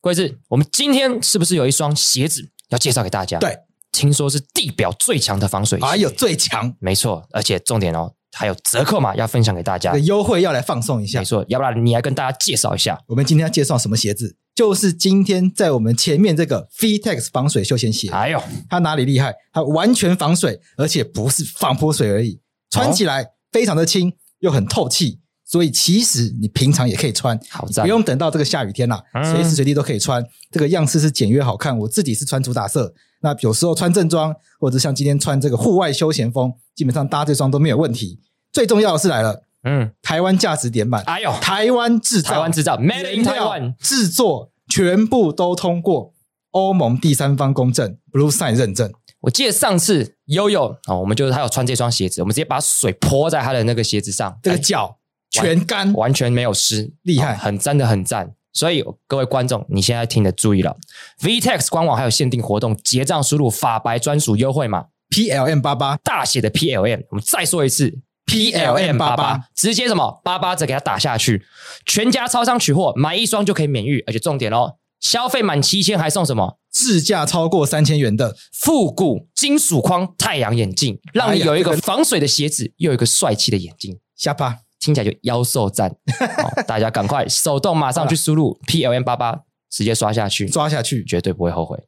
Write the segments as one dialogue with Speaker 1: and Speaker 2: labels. Speaker 1: 桂子，我们今天是不是有一双鞋子要介绍给大家？
Speaker 2: 对，
Speaker 1: 听说是地表最强的防水鞋。
Speaker 2: 哎呦，最强
Speaker 1: 没错，而且重点哦，还有折扣码要分享给大家
Speaker 2: 的。优惠要来放送一下
Speaker 1: 没。错，要不然你来跟大家介绍一下。
Speaker 2: 我们今天要介绍什么鞋子？就是今天在我们前面这个 Vtex 防水休闲鞋，
Speaker 1: 哎呦，
Speaker 2: 它哪里厉害？它完全防水，而且不是防泼水而已，穿起来非常的轻，又很透气。所以其实你平常也可以穿，
Speaker 1: 好赞
Speaker 2: 不！用等到这个下雨天啦、
Speaker 1: 嗯
Speaker 2: 随时随地都可以穿。这个样式是简约好看，我自己是穿主打色。那有时候穿正装，或者像今天穿这个户外休闲风，基本上搭这双都没有问题。最重要的是来了，
Speaker 1: 嗯，
Speaker 2: 台湾价值点满，
Speaker 1: 哎呦，
Speaker 2: 台湾制造，
Speaker 1: 台湾制造，Made in
Speaker 2: 原
Speaker 1: Taiwan
Speaker 2: 料。制作全部都通过欧盟第三方公证 Blue Sign 认证。
Speaker 1: 我记得上次悠悠哦，我们就是他有穿这双鞋子，我们直接把水泼在他的那个鞋子上，
Speaker 2: 这个
Speaker 1: 哎
Speaker 2: 脚全干，
Speaker 1: 完全没有湿，
Speaker 2: 厉
Speaker 1: 嗯
Speaker 2: 害
Speaker 1: 哦很赞的，很赞。所以各位观众，你现在听的注意了，VTEX 官网还有限定活动，结账输入法白专属优惠码
Speaker 2: PLM 八八
Speaker 1: 大写的 PLM，我们再说一次
Speaker 2: PLM
Speaker 1: 八
Speaker 2: 八
Speaker 1: 八
Speaker 2: 八，
Speaker 1: 直接什么八八折给它打下去，全家超商取货，买一双就可以免运，而且重点哦，消费满七千还送什么
Speaker 2: 市价超过三千元的，
Speaker 1: 复古金属框太阳眼镜，让你哎有一个防水的鞋子，又有一个帅气的眼镜。
Speaker 2: 下巴
Speaker 1: 听起来就妖兽 赞、好大家赶快手动马上去输入 PLM 八八，直接刷下去，
Speaker 2: 抓下去。
Speaker 1: 绝对不会后悔。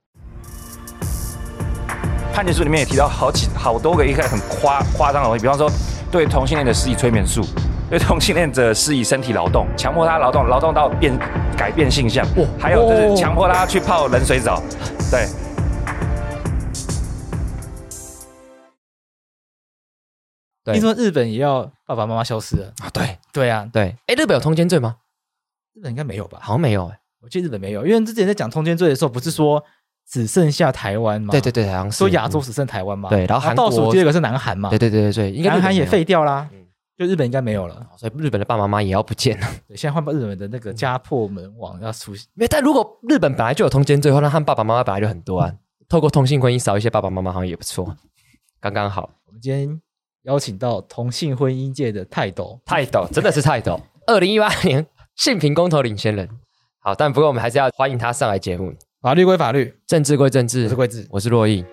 Speaker 3: 判决书里面也提到好几好多个一个很夸夸张的东西，比方说对同性恋的施以催眠术，对同性恋者施以身体劳动，强迫他劳动，劳动到变改变性向，还有
Speaker 1: 哦
Speaker 3: 就是强迫他去泡冷水澡，对。
Speaker 1: 对
Speaker 4: 听说日本也要爸爸妈妈消失了啊？
Speaker 1: 对
Speaker 4: 对啊，
Speaker 1: 对，哎，日本有通奸罪吗？
Speaker 4: 日本应该没有吧？
Speaker 1: 好像没有哎、
Speaker 4: 我记得日本没有，因为之前在讲通奸罪的时候，不是说只剩下台湾吗？
Speaker 1: 对对，对，好像是
Speaker 4: 啊说亚洲只剩台湾吗？
Speaker 1: 对然后韩国
Speaker 4: 倒数第二个是南韩嘛？
Speaker 1: 对对对对对，应该
Speaker 4: 南
Speaker 1: 日本
Speaker 4: 韩
Speaker 1: 没有
Speaker 4: 也废掉啦
Speaker 1: 嗯，
Speaker 4: 就日本应该没有了。
Speaker 1: 所以日本的爸爸妈妈也要不见 了。
Speaker 4: 对，现在换日本的那个家破门亡要出
Speaker 1: 没有，但如果日本本来就有通奸罪的话，那他们爸爸妈妈本来就很多
Speaker 4: 嗯
Speaker 1: 啊，透过同性婚姻少一些爸爸妈妈好像也不错， 刚刚好。
Speaker 4: 我们今天邀请到同性婚姻界的泰斗，
Speaker 1: 泰斗真的是泰斗，二零一八年性平公投领先人。好，但不过我们还是要欢迎他上来节目，
Speaker 4: 法律归法律，
Speaker 1: 政治归政治，
Speaker 4: 我是桂智。
Speaker 1: 我是洛毅。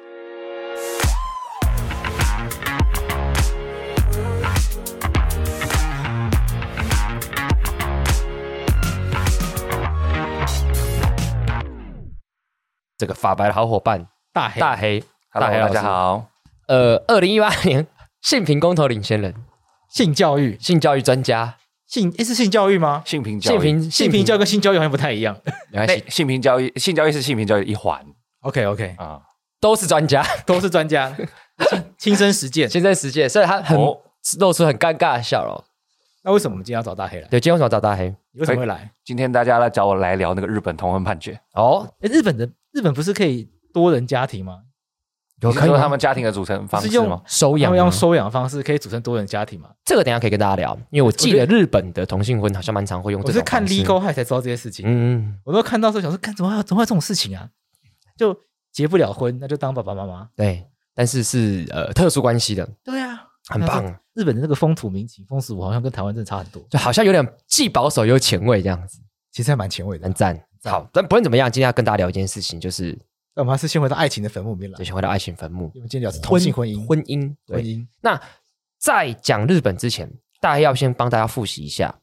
Speaker 1: 这个法白的好伙伴
Speaker 4: 大黑，
Speaker 1: 大黑，大
Speaker 3: Hello，
Speaker 1: 黑老
Speaker 3: 大
Speaker 1: 师
Speaker 3: 家。好，
Speaker 1: 呃，二零一八年性平公投领先人，
Speaker 4: 性教育，
Speaker 1: 性教育专家，
Speaker 4: 性诶是性教育吗？
Speaker 3: 性平教
Speaker 1: 性
Speaker 3: 育，
Speaker 1: 平
Speaker 4: 性平教育跟性教育好像不太一 样。
Speaker 1: 没关
Speaker 3: 那
Speaker 1: 系，
Speaker 3: 性平教育，性教育是性平教育一环
Speaker 4: OK OK，
Speaker 3: 啊。
Speaker 1: 都是专家，
Speaker 4: 都是专 家，亲亲身实践。
Speaker 1: 现在实践，所以他很
Speaker 3: 哦
Speaker 1: 露出很尴尬的笑容。
Speaker 4: 那为什么我们今天要找大黑来？
Speaker 1: 对，今天为什么找大黑？
Speaker 4: 你为什么会来？
Speaker 3: 今天大家来找我来聊那个日本同婚判决，
Speaker 1: 哦，
Speaker 4: 诶日本的日本不是可以多人家庭吗？
Speaker 1: 有
Speaker 3: 你是
Speaker 1: 看
Speaker 3: 说
Speaker 1: 到
Speaker 3: 他们家庭的组成方
Speaker 4: 是
Speaker 3: 式
Speaker 4: 用
Speaker 3: 吗？
Speaker 1: 收
Speaker 4: 他
Speaker 1: 养
Speaker 4: 们
Speaker 1: 吗
Speaker 4: 用收养方式可以组成多人家庭吗？
Speaker 1: 这个等一下可以跟大家聊，因为我记得
Speaker 4: 我
Speaker 1: 日本的同性婚好像蛮常会用这
Speaker 4: 我
Speaker 1: 种
Speaker 4: 是看
Speaker 1: 方式
Speaker 4: Legal High 才知道这些事情。
Speaker 1: 嗯，
Speaker 4: 我都看到时候想说，看怎么会有怎么会有这种事情啊？就结不了婚，那就当爸爸妈妈。
Speaker 1: 对，但是是呃特殊关系的，
Speaker 4: 对啊，
Speaker 1: 很棒，
Speaker 4: 日本的那个风土民情、风俗好像跟台湾真的差很多，
Speaker 1: 就好像有点既保守又前卫这样子，
Speaker 4: 其实还蛮前卫的
Speaker 1: 很。赞。
Speaker 4: 赞
Speaker 1: 好，但不论怎么样，今天要跟大家聊一件事情，就是
Speaker 4: 那我们还是先回到爱情的坟墓里面来
Speaker 1: 就，先回到爱情坟墓，
Speaker 4: 因为今天聊的是同性婚姻。
Speaker 1: 婚姻，
Speaker 4: 婚
Speaker 1: 对。
Speaker 4: 姻
Speaker 1: 那在讲日本之前，大家要先帮大家复习一下，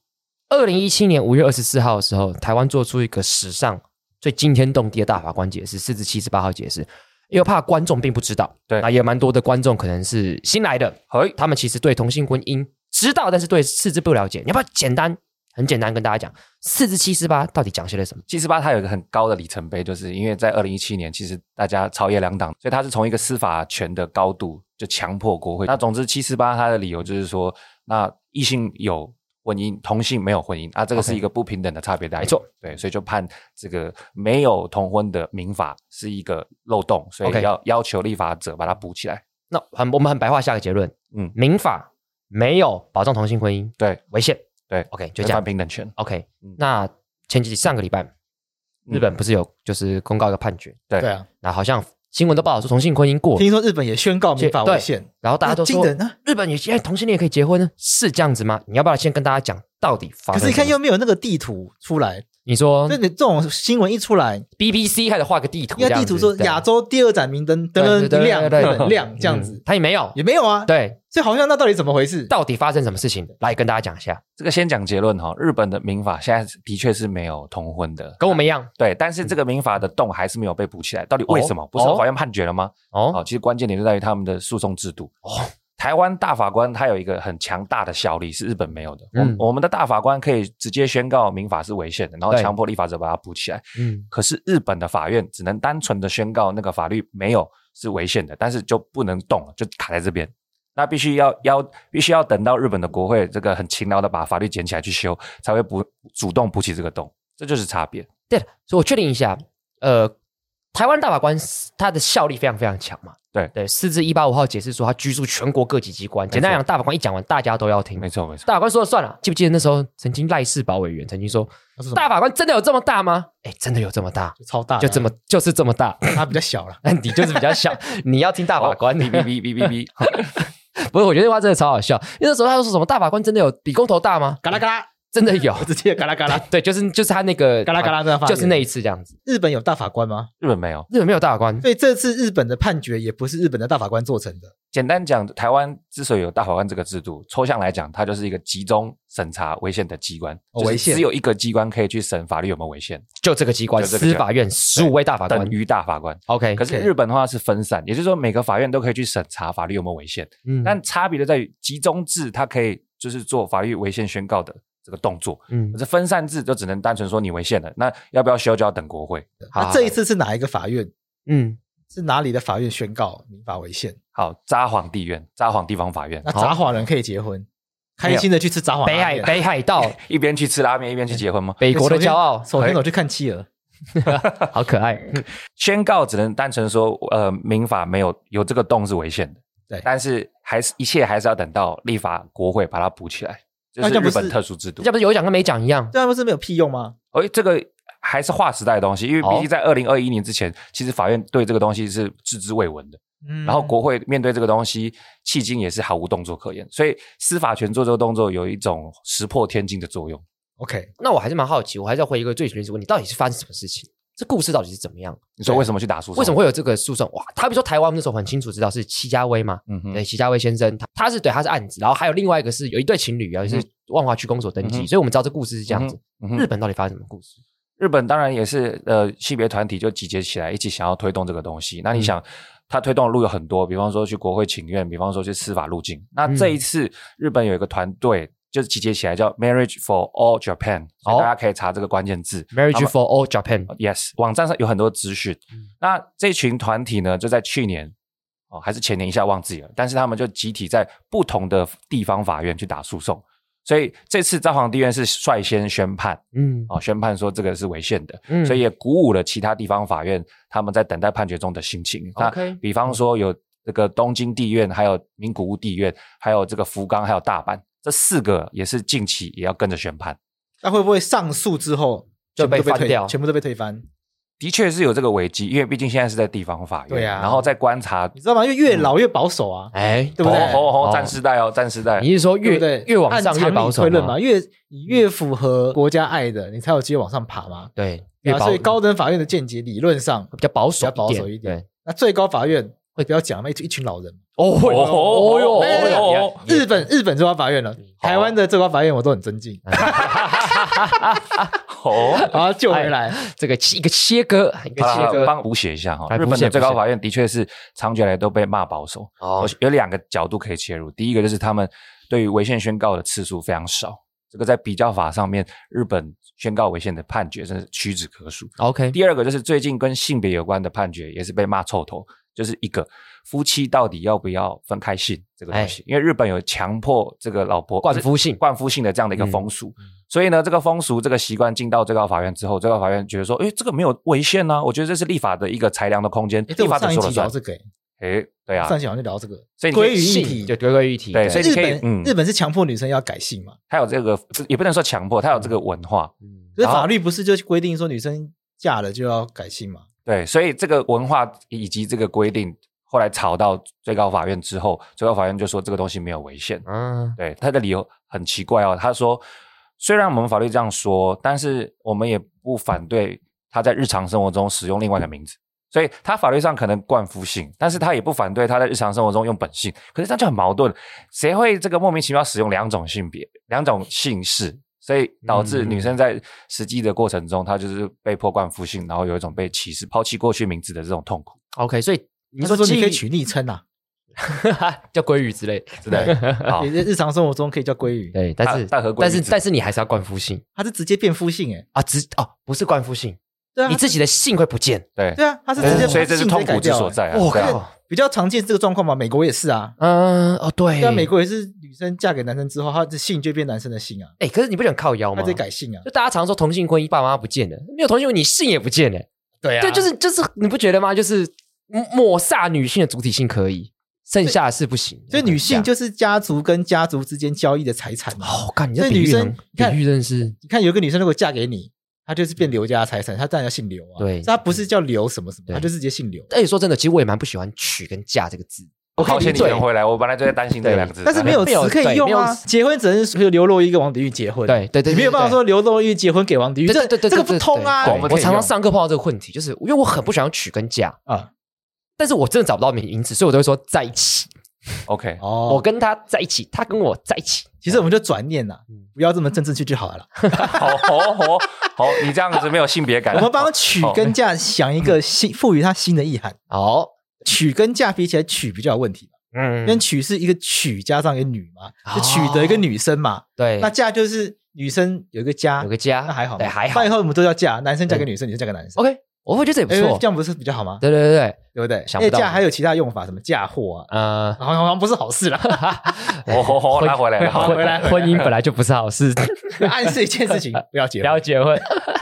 Speaker 1: 二零一七年五月二十四号的时候，台湾做出一个史上最惊天动地的大法官解释，四至七十八号解释，因为怕观众并不知道，
Speaker 3: 对
Speaker 1: 那也蛮多的观众可能是新来的，
Speaker 3: 嘿，
Speaker 1: 他们其实对同性婚姻知道，但是对四肢不了解。你要不要简单很简单跟大家讲，四至七十八到底讲些了什么？
Speaker 3: 七十八它有一个很高的里程碑，就是因为在二零一七年，其实大家朝野两党，所以它是从一个司法权的高度就强迫国会。那总之，七十八它的理由就是说，那异性有婚姻，同性没有婚姻啊，这个是一个不平等的差别待遇。
Speaker 1: 没错，
Speaker 3: 对，所以就判这个没有同婚的民法是一个漏洞，所以
Speaker 1: OK
Speaker 3: 要要求立法者把它补起来。
Speaker 1: 那很我们很白话下个结论，
Speaker 3: 嗯
Speaker 1: 民法没有保障同性婚姻，
Speaker 3: 对，
Speaker 1: 违宪。
Speaker 3: 对
Speaker 1: ，OK，就这样
Speaker 3: 反。平等权。
Speaker 1: OK，
Speaker 3: 嗯
Speaker 1: 那前几上个礼拜，
Speaker 4: 嗯
Speaker 1: 日本不是有就是公告一个判决，
Speaker 3: 对
Speaker 4: 对啊，
Speaker 1: 然后好像新闻都报道说同性婚姻过了，
Speaker 4: 听说日本也宣告民法
Speaker 1: 对
Speaker 4: 违宪，
Speaker 1: 然后大家都
Speaker 4: 那
Speaker 1: 说
Speaker 4: 惊人啊！
Speaker 1: 日本也现在同性恋也可以结婚呢，是这样子吗？你要不要先跟大家讲到底发
Speaker 4: 可
Speaker 1: 生什么
Speaker 4: 是你
Speaker 1: 事？
Speaker 4: 看又没有那个地图出来，
Speaker 1: 你说
Speaker 4: 所以你这种新闻一出来，
Speaker 1: BBC 还得画个地图这
Speaker 4: 因为
Speaker 1: 样
Speaker 4: 地
Speaker 1: 子，
Speaker 4: 图说
Speaker 1: 对
Speaker 4: 亚洲第二盏明灯，
Speaker 1: 对
Speaker 4: 灯
Speaker 1: 对对
Speaker 4: 灯亮，
Speaker 1: 对对
Speaker 4: 很亮这样子
Speaker 1: 嗯，他也没有
Speaker 4: 也没有啊。
Speaker 1: 对，
Speaker 4: 所以好像那到底怎么回事？
Speaker 1: 到底发生什么事情？来跟大家讲一下，
Speaker 3: 这个先讲结论哈、日本的民法现在的确是没有同婚的，
Speaker 1: 跟我们一样
Speaker 3: 对，但是这个民法的洞还是没有被补起来，到底为什么？
Speaker 1: 嗯哦
Speaker 3: 不是法院判决了吗？
Speaker 1: 哦
Speaker 3: 哦，其实关键点就在于他们的诉讼制度。哦，台湾大法官他有一个很强大的效力，是日本没有的。
Speaker 1: 嗯
Speaker 3: 嗯，我们的大法官可以直接宣告民法是违宪的，然后
Speaker 1: 对
Speaker 3: 强迫立法者把它补起来。
Speaker 1: 嗯，
Speaker 3: 可是日本的法院只能单纯的宣告那个法律没有是违宪的，但是就不能动了，就卡在这边。那必须要要必须要等到日本的国会这个很勤劳的把法律捡起来去修，才会补主动补起这个洞，这就是差别。
Speaker 1: 对了，所以我确定一下，呃，台湾大法官他的效力非常非常强嘛。
Speaker 3: 对
Speaker 1: 对，四至一八五号解释说，他居住全国各级机关。简单讲，大法官一讲完，大家都要听。
Speaker 3: 没错，没错。
Speaker 1: 大法官说了算了。记不记得那时候曾经赖世宝委员曾经说，
Speaker 4: 他说什么
Speaker 1: 大法官真的有这么大吗？哎，真的有这么大，
Speaker 4: 超大的啊，
Speaker 1: 就这么就是这么 大。
Speaker 4: 它比较小了。
Speaker 1: 那你就是比较 小，你要听大法
Speaker 4: 哦
Speaker 1: 官。
Speaker 3: 哔哔哔哔哔哔，
Speaker 1: 不是，我觉得那句话真的超好笑。因为那时候他就说什么大法官真的有比公投大吗？
Speaker 4: 嘎啦嘎啦，
Speaker 1: 真的有
Speaker 4: 我，只记得嘎啦嘎啦，
Speaker 1: 对，就是就是他那个啊
Speaker 4: 嘎啦嘎啦的发言
Speaker 1: 就是那一次这样子。
Speaker 4: 日本有大法官吗？
Speaker 3: 日本没有。
Speaker 1: 日本没有大法官，
Speaker 4: 所以这次日本的判决也不是日本的大法官做成的，
Speaker 3: 简单讲，台湾之所以有大法官这个制度，抽象来讲，它就是一个集中审查违宪的机关，
Speaker 4: 哦违
Speaker 3: 就
Speaker 4: 宪
Speaker 3: 是只有一个机关可以去审法律有没有违宪，
Speaker 1: 就这个机关，
Speaker 3: 就这个机关
Speaker 1: 司法院十五位大法官
Speaker 3: 等。于大法官。
Speaker 1: OK，
Speaker 3: 可是日本的话是分散，也就是说每个法院都可以去审查法律有没有违宪，
Speaker 1: 嗯
Speaker 3: 但差别就在于集中制，它可以就是做法律违宪宣告的这个动作，
Speaker 1: 嗯
Speaker 3: 可，是分散制就只能单纯说你违宪了，那要不要修就要等国会。
Speaker 1: 好
Speaker 4: 那啊这一次是哪一个法院？
Speaker 1: 嗯，
Speaker 4: 是哪里的法院宣告民法违宪？
Speaker 3: 好，札幌地院、札幌地方法院
Speaker 4: 那，札幌人可以结婚，开心的去吃札幌
Speaker 1: 北
Speaker 4: 拉
Speaker 3: 哎
Speaker 1: 海
Speaker 4: 面
Speaker 1: 北海 道，
Speaker 3: 一边去吃拉面一边去结婚吗？
Speaker 1: 北国的骄傲，哎
Speaker 4: 首先我去看妻儿，
Speaker 1: 好可爱。
Speaker 3: 宣告只能单纯说，呃，民法没有有这个洞是违宪的，
Speaker 4: 对
Speaker 3: 但是还是一切还是要等到立法国会把它补起来，这
Speaker 4: 那
Speaker 3: 是
Speaker 4: 这样
Speaker 3: 日
Speaker 4: 不是
Speaker 3: 本特殊制度
Speaker 1: 要。不是有讲跟没讲一样，
Speaker 4: 对啊，不是没有屁用吗？
Speaker 3: 而这个还是划时代的东西，因为
Speaker 1: 哦
Speaker 3: 毕竟在二零二一年之前，其实法院对这个东西是置之未闻的，
Speaker 4: 嗯
Speaker 3: 然后国会面对这个东西，迄今也是毫无动作可言，所以司法权做这个动作有一种石破天惊的作用。
Speaker 4: OK，
Speaker 1: 那我还是蛮好奇，我还是要回一个最原始问题：到底是发生什么事情？这故事到底是怎么样？
Speaker 3: 你说为什么去打诉讼？
Speaker 1: 为什么会有这个诉讼？哇，他比如说台湾我们那时候很清楚知道是戚家威嘛，
Speaker 3: 嗯哼
Speaker 1: 对，齐家威先生，他他是对他是案子，然后还有另外一个是有一对情侣啊，也是万华区公所登记，
Speaker 3: 嗯嗯哼
Speaker 1: 所以我们知道这故事是这样子。
Speaker 3: 嗯哼
Speaker 1: 日本到底发生什么故事？
Speaker 3: 日本当然也是呃性别团体就集结起来一起想要推动这个东西。那你想，他推动的路有很多，比方说去国会请愿，比方说去司法路径。那这一次、日本有一个团队就是集结起来叫 Marriage for All Japan，、所以大家可以查这个关键字。
Speaker 1: Marriage
Speaker 3: 那么
Speaker 1: for All 哦 Japan，
Speaker 3: Yes，网站上有很多资讯。那这群团体呢，就在去年哦，还是前年一下忘记了，但是他们就集体在不同的地方法院去打诉讼，所以这次札幌地院是率先宣判。
Speaker 1: 嗯
Speaker 3: 啊、宣判说这个是违宪的，
Speaker 1: 嗯
Speaker 3: 所以也鼓舞了其他地方法院他们在等待判决中的心情。那
Speaker 1: OK
Speaker 3: 比
Speaker 4: 嗯
Speaker 3: 方说有这个东京地院，还有名古屋地院，还有这个福冈，还有大阪，这四个也是近期也要跟着宣判。
Speaker 4: 那会不会上诉之后
Speaker 1: 就被
Speaker 4: 全部都
Speaker 1: 翻
Speaker 4: 推
Speaker 1: 掉
Speaker 4: 全部都被推翻？
Speaker 3: 的确是有这个危机，因为毕竟现在是在地方法院，
Speaker 4: 对啊
Speaker 3: 然后再观察，
Speaker 4: 你知道吗？因为越老越保守啊，
Speaker 1: 哎，
Speaker 4: 对不对
Speaker 3: 吼吼
Speaker 1: 哦
Speaker 3: 吼，战时代哦，战时代
Speaker 1: 你， 是说
Speaker 4: 对
Speaker 1: 越
Speaker 4: 不对？
Speaker 1: 越往上
Speaker 4: 按常
Speaker 1: 越
Speaker 4: 理
Speaker 1: 保守
Speaker 4: 推论嘛，
Speaker 1: 吗？
Speaker 4: 越你越符合国家爱的，你才有机会往上爬嘛。
Speaker 1: 对，越
Speaker 4: 对啊，
Speaker 1: 保
Speaker 4: 所以高等法院的见解理论上
Speaker 1: 比较保守
Speaker 4: 比较保守一点
Speaker 1: 对，
Speaker 4: 那最高法院会不要讲那一一群老人，
Speaker 1: 哦
Speaker 3: 哦
Speaker 1: 哟哦哟
Speaker 3: 哦
Speaker 1: 哦哟，
Speaker 3: 哦哦
Speaker 4: 日本日本最高法院了，
Speaker 1: 嗯
Speaker 4: 台湾的最高法院我都很尊敬，
Speaker 3: 哦。
Speaker 4: 然后救回来。
Speaker 1: 这个切一个切割，一个切
Speaker 3: 好了
Speaker 1: 割，
Speaker 3: 帮补写一下哈，
Speaker 1: 哎
Speaker 3: 日
Speaker 1: 补
Speaker 3: 本
Speaker 1: 写
Speaker 3: 的最高
Speaker 1: 补写
Speaker 3: 法院的确是长久以来都被骂保守，
Speaker 1: 哦
Speaker 3: 我有两个角度可以切入。第一个就是他们对于违宪宣告的次数非常少，这个在比较法上面，日本宣告违宪的判决真是屈指可数。
Speaker 1: ，OK，
Speaker 3: 第二个就是最近跟性别有关的判决也是被骂臭头，就是一个夫妻到底要不要分开姓这个东
Speaker 4: 哎
Speaker 3: 西，因为日本有强迫这个老婆
Speaker 1: 冠夫姓
Speaker 3: 冠夫姓的这样的一个风俗，
Speaker 4: 嗯
Speaker 3: 所以呢，这个风俗这个习惯进到最高法院之后，最高法院觉得说，诶，这个没有违宪呢、我觉得这是立法的一个裁量的空间，
Speaker 4: 哎，
Speaker 3: 立
Speaker 4: 对，
Speaker 3: 法
Speaker 4: 我
Speaker 3: 者
Speaker 4: 上一
Speaker 3: 说了
Speaker 4: 集聊
Speaker 3: 算。
Speaker 4: 这个，哎
Speaker 3: 诶，对啊，哎
Speaker 4: 上一集好像就聊这个，
Speaker 3: 所以你可
Speaker 4: 归于
Speaker 3: 以
Speaker 4: 一
Speaker 1: 姓
Speaker 4: 体。
Speaker 1: 就归归一体，
Speaker 3: 对所以你
Speaker 4: 日
Speaker 3: 可以嗯
Speaker 4: 本日本是强迫女生要改姓嘛？
Speaker 3: 他有这个也不能说强迫，他有这个文化，
Speaker 1: 嗯
Speaker 4: 可是
Speaker 3: 然后
Speaker 4: 法律不是就规定说女生嫁了就要改姓嘛？
Speaker 3: 对，所以这个文化以及这个规定，后来吵到最高法院之后，最高法院就说这个东西没有违宪。
Speaker 1: 啊，
Speaker 3: 对，他的理由很奇怪哦，他说虽然我们法律这样说，但是我们也不反对他在日常生活中使用另外一个名字。所以他法律上可能冠夫姓，但是他也不反对他在日常生活中用本姓。可是这样就很矛盾，谁会这个莫名其妙使用两种性别、两种姓氏？所以导致
Speaker 4: 嗯
Speaker 3: 女生在实际的过程中，她就是被迫冠夫姓，然后有一种被歧视、抛弃过去名字的这种痛苦。
Speaker 1: OK，所以你
Speaker 4: 你说
Speaker 1: 说
Speaker 4: 你可以
Speaker 1: 基于
Speaker 4: 取昵称啊，
Speaker 1: 叫鲑鱼之类，
Speaker 3: 是 的，好
Speaker 4: 你，在日常生活中可以叫鲑鱼，
Speaker 1: 对，但是
Speaker 3: 大大和鲑鱼
Speaker 1: 但是
Speaker 3: 之类
Speaker 1: 但是你还是要冠夫姓
Speaker 4: 它是直接变夫姓哎，
Speaker 1: 啊，直哦不是冠夫姓，
Speaker 4: 对啊，
Speaker 1: 你自己的姓会不见，
Speaker 3: 对
Speaker 4: 对啊，它是直接
Speaker 3: 所以这是
Speaker 4: 把
Speaker 3: 痛
Speaker 4: 姓
Speaker 3: 苦
Speaker 4: 直接改
Speaker 3: 之
Speaker 4: 掉
Speaker 3: 所
Speaker 4: 哎
Speaker 3: 在啊！
Speaker 1: 我
Speaker 3: 对啊
Speaker 1: 靠
Speaker 4: 比较常见这个状况嘛，美国也是啊。
Speaker 1: 嗯哦对，
Speaker 3: 哎
Speaker 4: 对啊，美国也是女生嫁给男生之后，她的姓就变男生的姓啊，
Speaker 1: 哎，可是你不想靠腰
Speaker 4: 她
Speaker 1: 吗
Speaker 4: 直？接改姓啊
Speaker 1: 就。大家常说同性婚姻，爸妈不见了，没有同性婚姻，你姓也不见了。
Speaker 4: 对啊
Speaker 3: 啊
Speaker 1: 对，就是就是，你不觉得吗？就是抹煞女性的主体性可以，剩下的是不行。
Speaker 4: 所以女性就是家族跟家族之间交易的财产嘛。啊
Speaker 1: 哦，干你这
Speaker 4: 所以
Speaker 1: 比
Speaker 4: 女
Speaker 1: 喻
Speaker 4: 生
Speaker 1: 很
Speaker 4: 你看
Speaker 1: 比喻真是
Speaker 4: 你看有一个女生如果嫁给你，她就是变刘家的财产，她当然要姓刘啊。
Speaker 1: 嗯对
Speaker 4: 所以她不是叫刘什么什么，
Speaker 1: 对
Speaker 4: 她就是直接姓刘。
Speaker 1: 而且说真的，其实我也蛮不喜欢“娶”跟“嫁”这个字。
Speaker 3: 我好险你
Speaker 1: 对
Speaker 3: 能回来，我本来就在担心这两个字，
Speaker 4: 但是没有
Speaker 1: 没有
Speaker 4: 词可以用
Speaker 1: 对没
Speaker 4: 啊
Speaker 1: 有，
Speaker 4: 结婚只能说刘若英跟王德玉结婚。
Speaker 1: 对对对，
Speaker 4: 你没有办法说刘若英结婚给王德玉，
Speaker 1: 对，
Speaker 4: 这
Speaker 1: 对对对，
Speaker 4: 这个
Speaker 1: 对
Speaker 4: 不通啊。
Speaker 1: 对
Speaker 3: 我们
Speaker 1: 我
Speaker 3: 可以
Speaker 1: 常常
Speaker 3: 用
Speaker 1: 上课碰到这个问题，就是因为我很不喜欢“娶”跟“嫁”
Speaker 4: 啊
Speaker 1: 啊，但是我真的找不到名词，所以我都会说在一起。
Speaker 3: OK，
Speaker 4: 哦
Speaker 1: 我，跟他在一起，他跟我在一起。
Speaker 4: 其实我们就转念呐
Speaker 1: 嗯，
Speaker 4: 不要这么政治去就好了啦。
Speaker 3: 好好好好，你这样子没有性别感。哦
Speaker 4: 我们帮娶跟嫁想一个
Speaker 1: 嗯
Speaker 4: 新，赋予它新的意涵。
Speaker 1: 哦，
Speaker 4: 娶跟嫁比起来，娶比较有问题，因为
Speaker 1: 嗯，
Speaker 4: 娶是一个娶加上一个女嘛，
Speaker 1: 哦
Speaker 4: 就娶得一个女生嘛。
Speaker 1: 对，
Speaker 4: 那嫁就是女生有一个家
Speaker 1: 有，个家，
Speaker 4: 那还好嘛，
Speaker 1: 对，还
Speaker 4: 不
Speaker 1: 好
Speaker 4: 然以。后我们都要嫁，男生嫁给女生，女生嫁给男生。
Speaker 1: OK，我会觉得这也不
Speaker 4: 哎
Speaker 1: 错
Speaker 4: 这。样不是比较好吗？
Speaker 1: 对对对对，
Speaker 4: 对不对？哎
Speaker 1: 想不到
Speaker 4: 因为嫁还有其他用法，什么嫁祸啊，
Speaker 1: 呃，
Speaker 4: 好像好像不是好 事啦，
Speaker 3: 哦，吼吼，拉回来了，好
Speaker 1: 婚婚姻本来就不是好事，
Speaker 4: 暗示一件事情，不要结
Speaker 1: 不
Speaker 4: 婚。
Speaker 1: 要结婚。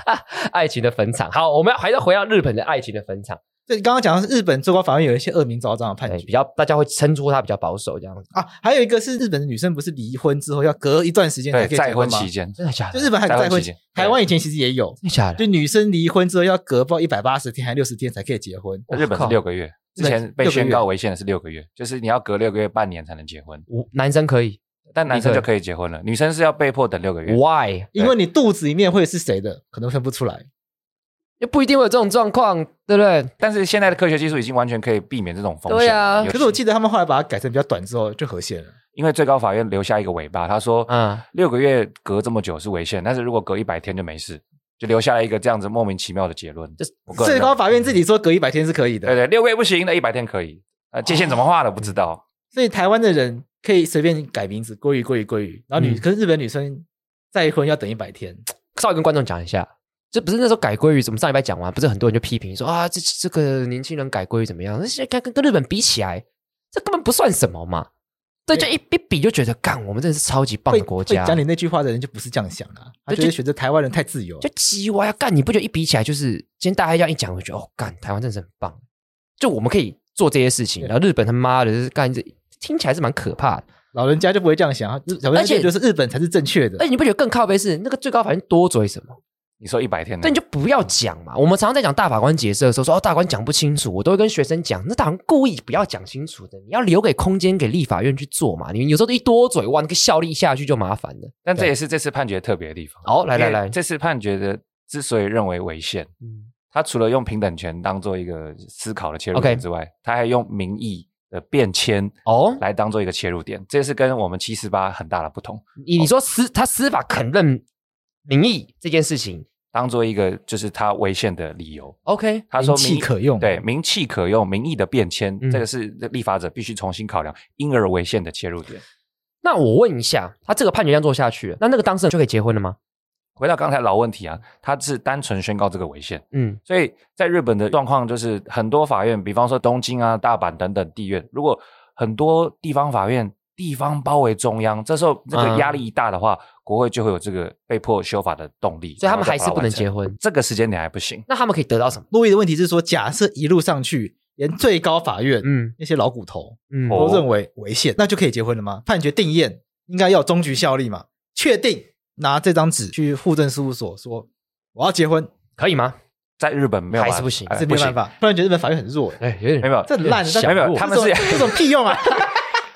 Speaker 1: 爱情的坟场，好，我们要还是回到日本的爱情的坟场，
Speaker 4: 这刚刚讲的是日本最高法院有一些恶名昭彰的判
Speaker 1: 对，
Speaker 4: 决
Speaker 1: 比较大家会称呼它比较保守这样子，
Speaker 4: 啊，还有一个是日本的女生不是离婚之后要隔一段时间才
Speaker 3: 对，
Speaker 4: 可以结
Speaker 3: 再婚
Speaker 4: 吗
Speaker 3: 期？间，
Speaker 1: 真的假的？
Speaker 4: 就
Speaker 1: 真
Speaker 4: 日本还有
Speaker 3: 再
Speaker 4: 再
Speaker 3: 婚
Speaker 4: 婚
Speaker 3: 期间
Speaker 4: 期，台湾以前其实也有，
Speaker 1: 的假的
Speaker 4: 就？女生离婚之后要隔报一百八十天还六十天才可以结婚。
Speaker 3: 呃日本是六个月，之前被宣告违宪的是六个月，就是你要隔六个月半年才能结婚，
Speaker 1: 我男生可以
Speaker 3: 但男生就可以结婚了，女生是要被迫等六个月。
Speaker 1: ？Why？
Speaker 4: 因为你肚子里面会是谁的，可能分不出来。
Speaker 1: 又不一定会有这种状况，对不对？
Speaker 3: 但是现在的科学技术已经完全可以避免这种风险。
Speaker 1: 对啊
Speaker 3: 有
Speaker 4: 可是我记得他们后来把它改成比较短之后就和谐了。
Speaker 3: 因为最高法院留下一个尾巴，他说，嗯
Speaker 1: 嗯，
Speaker 3: 六个月隔这么久是违宪，但是如果隔一百天就没事，就留下了一个这样子莫名其妙的结论。我个人
Speaker 4: 最
Speaker 3: 认为
Speaker 4: 高法院自己说隔一百天是可以
Speaker 3: 对
Speaker 1: 哎
Speaker 4: 的，
Speaker 3: 对，六个月不行，那一百天可以。呃，界限怎么画的不知道。
Speaker 4: 所以台湾的人可以随便改名字，鲑鱼鲑鱼鲑鱼。然后女
Speaker 1: 嗯
Speaker 4: 跟日本女生再婚要等一百天，
Speaker 1: 稍微跟观众讲一下，这不是那时候改规矩，我们上礼拜讲完，不是很多人就批评说啊，这这个年轻人改规矩怎么样？那现在跟跟跟日本比起来，这根本不算什么嘛。对，就
Speaker 4: 对
Speaker 1: 一一比就觉得，干，我们真的是超级棒
Speaker 4: 会
Speaker 1: 的国
Speaker 4: 会
Speaker 1: 家，
Speaker 4: 讲你那句话的人就不是这样想啦，他
Speaker 1: 对
Speaker 4: 就会
Speaker 1: 就
Speaker 4: 选择台湾人太自由了
Speaker 1: 就。鸡歪啊！干，你不觉得一比起来，就是今天大家这样一讲，我就觉得哦，干，台湾真的是很棒，就我们可以做这些事情。
Speaker 4: 对
Speaker 1: 然后日本他妈的，就是干这听起来是蛮可怕的。
Speaker 4: 老人家就不会这样想，啊他老人
Speaker 1: 而且
Speaker 4: 家就是日本才是正确的
Speaker 1: 而。且你不觉得更靠背是那个最高法院多嘴什么？
Speaker 4: 嗯
Speaker 3: 你说一百天呢，
Speaker 1: 那你就不要讲嘛。我们常常在讲大法官解释的时候说，哦，大法官讲不清楚，我都会跟学生讲，那大法官故意不要讲清楚的，你要留给空间给立法院去做嘛。你有时候一多嘴，哇，那个效力下去就麻烦了。
Speaker 3: 但这也是这次判决特别的地方。
Speaker 1: 好、来来
Speaker 3: 因为
Speaker 1: 来，
Speaker 3: 这次判决的之所以认为违宪，
Speaker 1: 嗯
Speaker 3: 他除了用平等权当做一个思考的切入
Speaker 1: OK
Speaker 3: 点之外，他还用民意的变迁
Speaker 1: 哦，
Speaker 3: 来当做一个切入点，这是跟我们七十八很大的不同。
Speaker 1: 你你说司他司法肯认民意这件事情
Speaker 3: 当做一个就是他违宪的理由，
Speaker 1: ，OK，
Speaker 3: 他说
Speaker 4: 名气
Speaker 3: 民
Speaker 4: 可用
Speaker 3: 对民气可用，民意的变迁，
Speaker 1: 嗯
Speaker 3: 这个是立法者必须重新考量，因而违宪的切入点。
Speaker 1: 那我问一下，他这个判决这样做下去了，那那个当事人就可以结婚了吗？
Speaker 3: 回到刚才老问题啊，它是单纯宣告这个违宪，
Speaker 1: 嗯
Speaker 3: 所以在日本的状况就是很多法院，比方说东京啊、大阪等等地院，如果很多地方法院地方包围中央，这时候这个
Speaker 1: 嗯
Speaker 3: 压力一大的话，国会就会有这个被迫修法的动力，
Speaker 1: 所以他
Speaker 3: 然
Speaker 1: 们
Speaker 3: 后再
Speaker 1: 还
Speaker 3: 把
Speaker 1: 是
Speaker 3: 它
Speaker 1: 不能
Speaker 3: 完成
Speaker 1: 结婚
Speaker 3: 这个时间点还不行。
Speaker 1: 那他们可以得到什么？
Speaker 4: 洛伊的问题是说，假设一路上去，连最高法院
Speaker 1: 嗯
Speaker 4: 那些老骨头
Speaker 1: 嗯，
Speaker 3: 哦
Speaker 4: 都认为违宪，那就可以结婚了吗？判决定验应该要有终局效力嘛？确定拿这张纸去户政事务所说我要结婚，
Speaker 1: 可以吗？
Speaker 3: 在日本没有
Speaker 1: 还
Speaker 3: 办
Speaker 1: 是
Speaker 3: 法
Speaker 1: 不行
Speaker 3: 哎
Speaker 4: 这没办法，不然觉得日本法院很弱、欸，
Speaker 1: 哎，有点
Speaker 3: 没有
Speaker 4: 这很烂的，但
Speaker 3: 没有没有他们是
Speaker 4: 这种这种 屁用啊！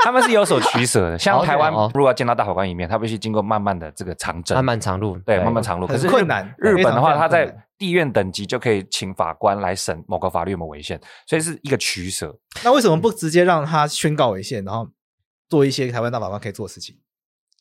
Speaker 3: 他们是有所取舍 的。像
Speaker 1: OK，
Speaker 3: 台湾
Speaker 1: 好
Speaker 3: 如果要见到大法官一面，他必须经过慢慢的这个长征，
Speaker 1: 漫漫长路，
Speaker 3: 对，慢慢长路，
Speaker 4: 很
Speaker 3: 可是日
Speaker 4: 困难
Speaker 3: 日本的
Speaker 4: 非常非
Speaker 3: 话，
Speaker 4: 常
Speaker 3: 他在
Speaker 4: 困难
Speaker 3: 地院等级就可以请法官来审某个法律有没有违宪，所以是一个取舍。
Speaker 4: 那为什么不直接让他宣告违宪，然后做一些台湾大法官可以做的事情？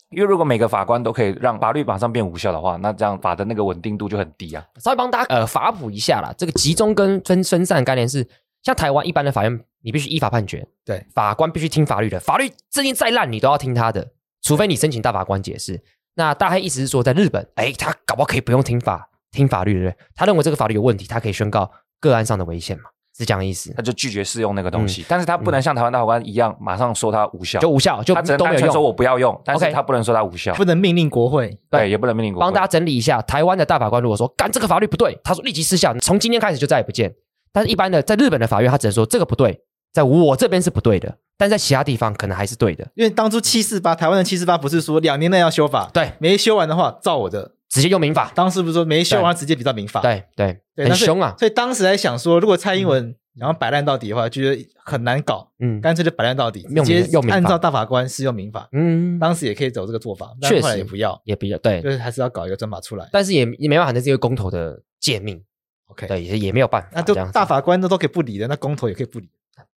Speaker 3: 因为如果每个法官都可以让法律马上变无效的话，那这样法的那个稳定度就很低啊。
Speaker 1: 稍微帮大家呃法普一下啦。这个集中跟分分散的概念是，像台湾一般的法院，你必须依法判决，
Speaker 4: 对，
Speaker 1: 法官必须听法律的，法律制定再烂，你都要听他的，除非你申请大法官解释。那大概意思是说，在日本，哎，他搞不好可以不用听法听法律，对不对？他认为这个法律有问题，他可以宣告个案上的违宪嘛，是这样的意思
Speaker 3: 他，就拒绝适用那个东西，但是他不能像台湾大法官一样马上说他无效，
Speaker 1: 嗯就无效，就
Speaker 3: 他只能
Speaker 1: 都没有
Speaker 3: 单纯说我
Speaker 1: 用。
Speaker 3: 不要用，但是
Speaker 1: OK
Speaker 3: 他不能说他无效
Speaker 4: 不，能命令国会
Speaker 3: 对，也不能命令国会
Speaker 1: 帮大家整理一下，台湾的大法官如果说干这个法律不对，他说立即失效，从今天开始就再也不见。但是一般的在日本的法院，他只能说这个不对，在我这边是不对的，但在其他地方可能还是对的，
Speaker 4: 因为当初七四八台湾的七四八不是说两年内要修法，
Speaker 1: 对，
Speaker 4: 没修完的话，照我的，
Speaker 1: 直接用民法。
Speaker 4: 当时不是说没修完直接比照民法，
Speaker 1: 对对，
Speaker 4: 对，
Speaker 1: 很
Speaker 4: 那所以
Speaker 1: 凶啊。
Speaker 4: 所以当时在想说，如果蔡
Speaker 3: 嗯
Speaker 4: 英文然后摆烂到底的话，觉得很难搞，
Speaker 1: 嗯
Speaker 4: 干脆就摆烂到底，直
Speaker 1: 用民
Speaker 4: 接
Speaker 1: 用民法
Speaker 4: 按照大法官适用民法，
Speaker 1: 嗯，
Speaker 4: 当时也可以走这个做法，但
Speaker 1: 确实
Speaker 4: 后来也不要，
Speaker 1: 也比较对
Speaker 4: 就，是还是要搞一个专法出来。
Speaker 1: 但是也也没办法，那是因为公投的界命，
Speaker 4: OK，
Speaker 1: 对，也也没有办法。
Speaker 4: 那就
Speaker 1: 这样子
Speaker 4: 大法官都都可以不理的，那公投也可以不理。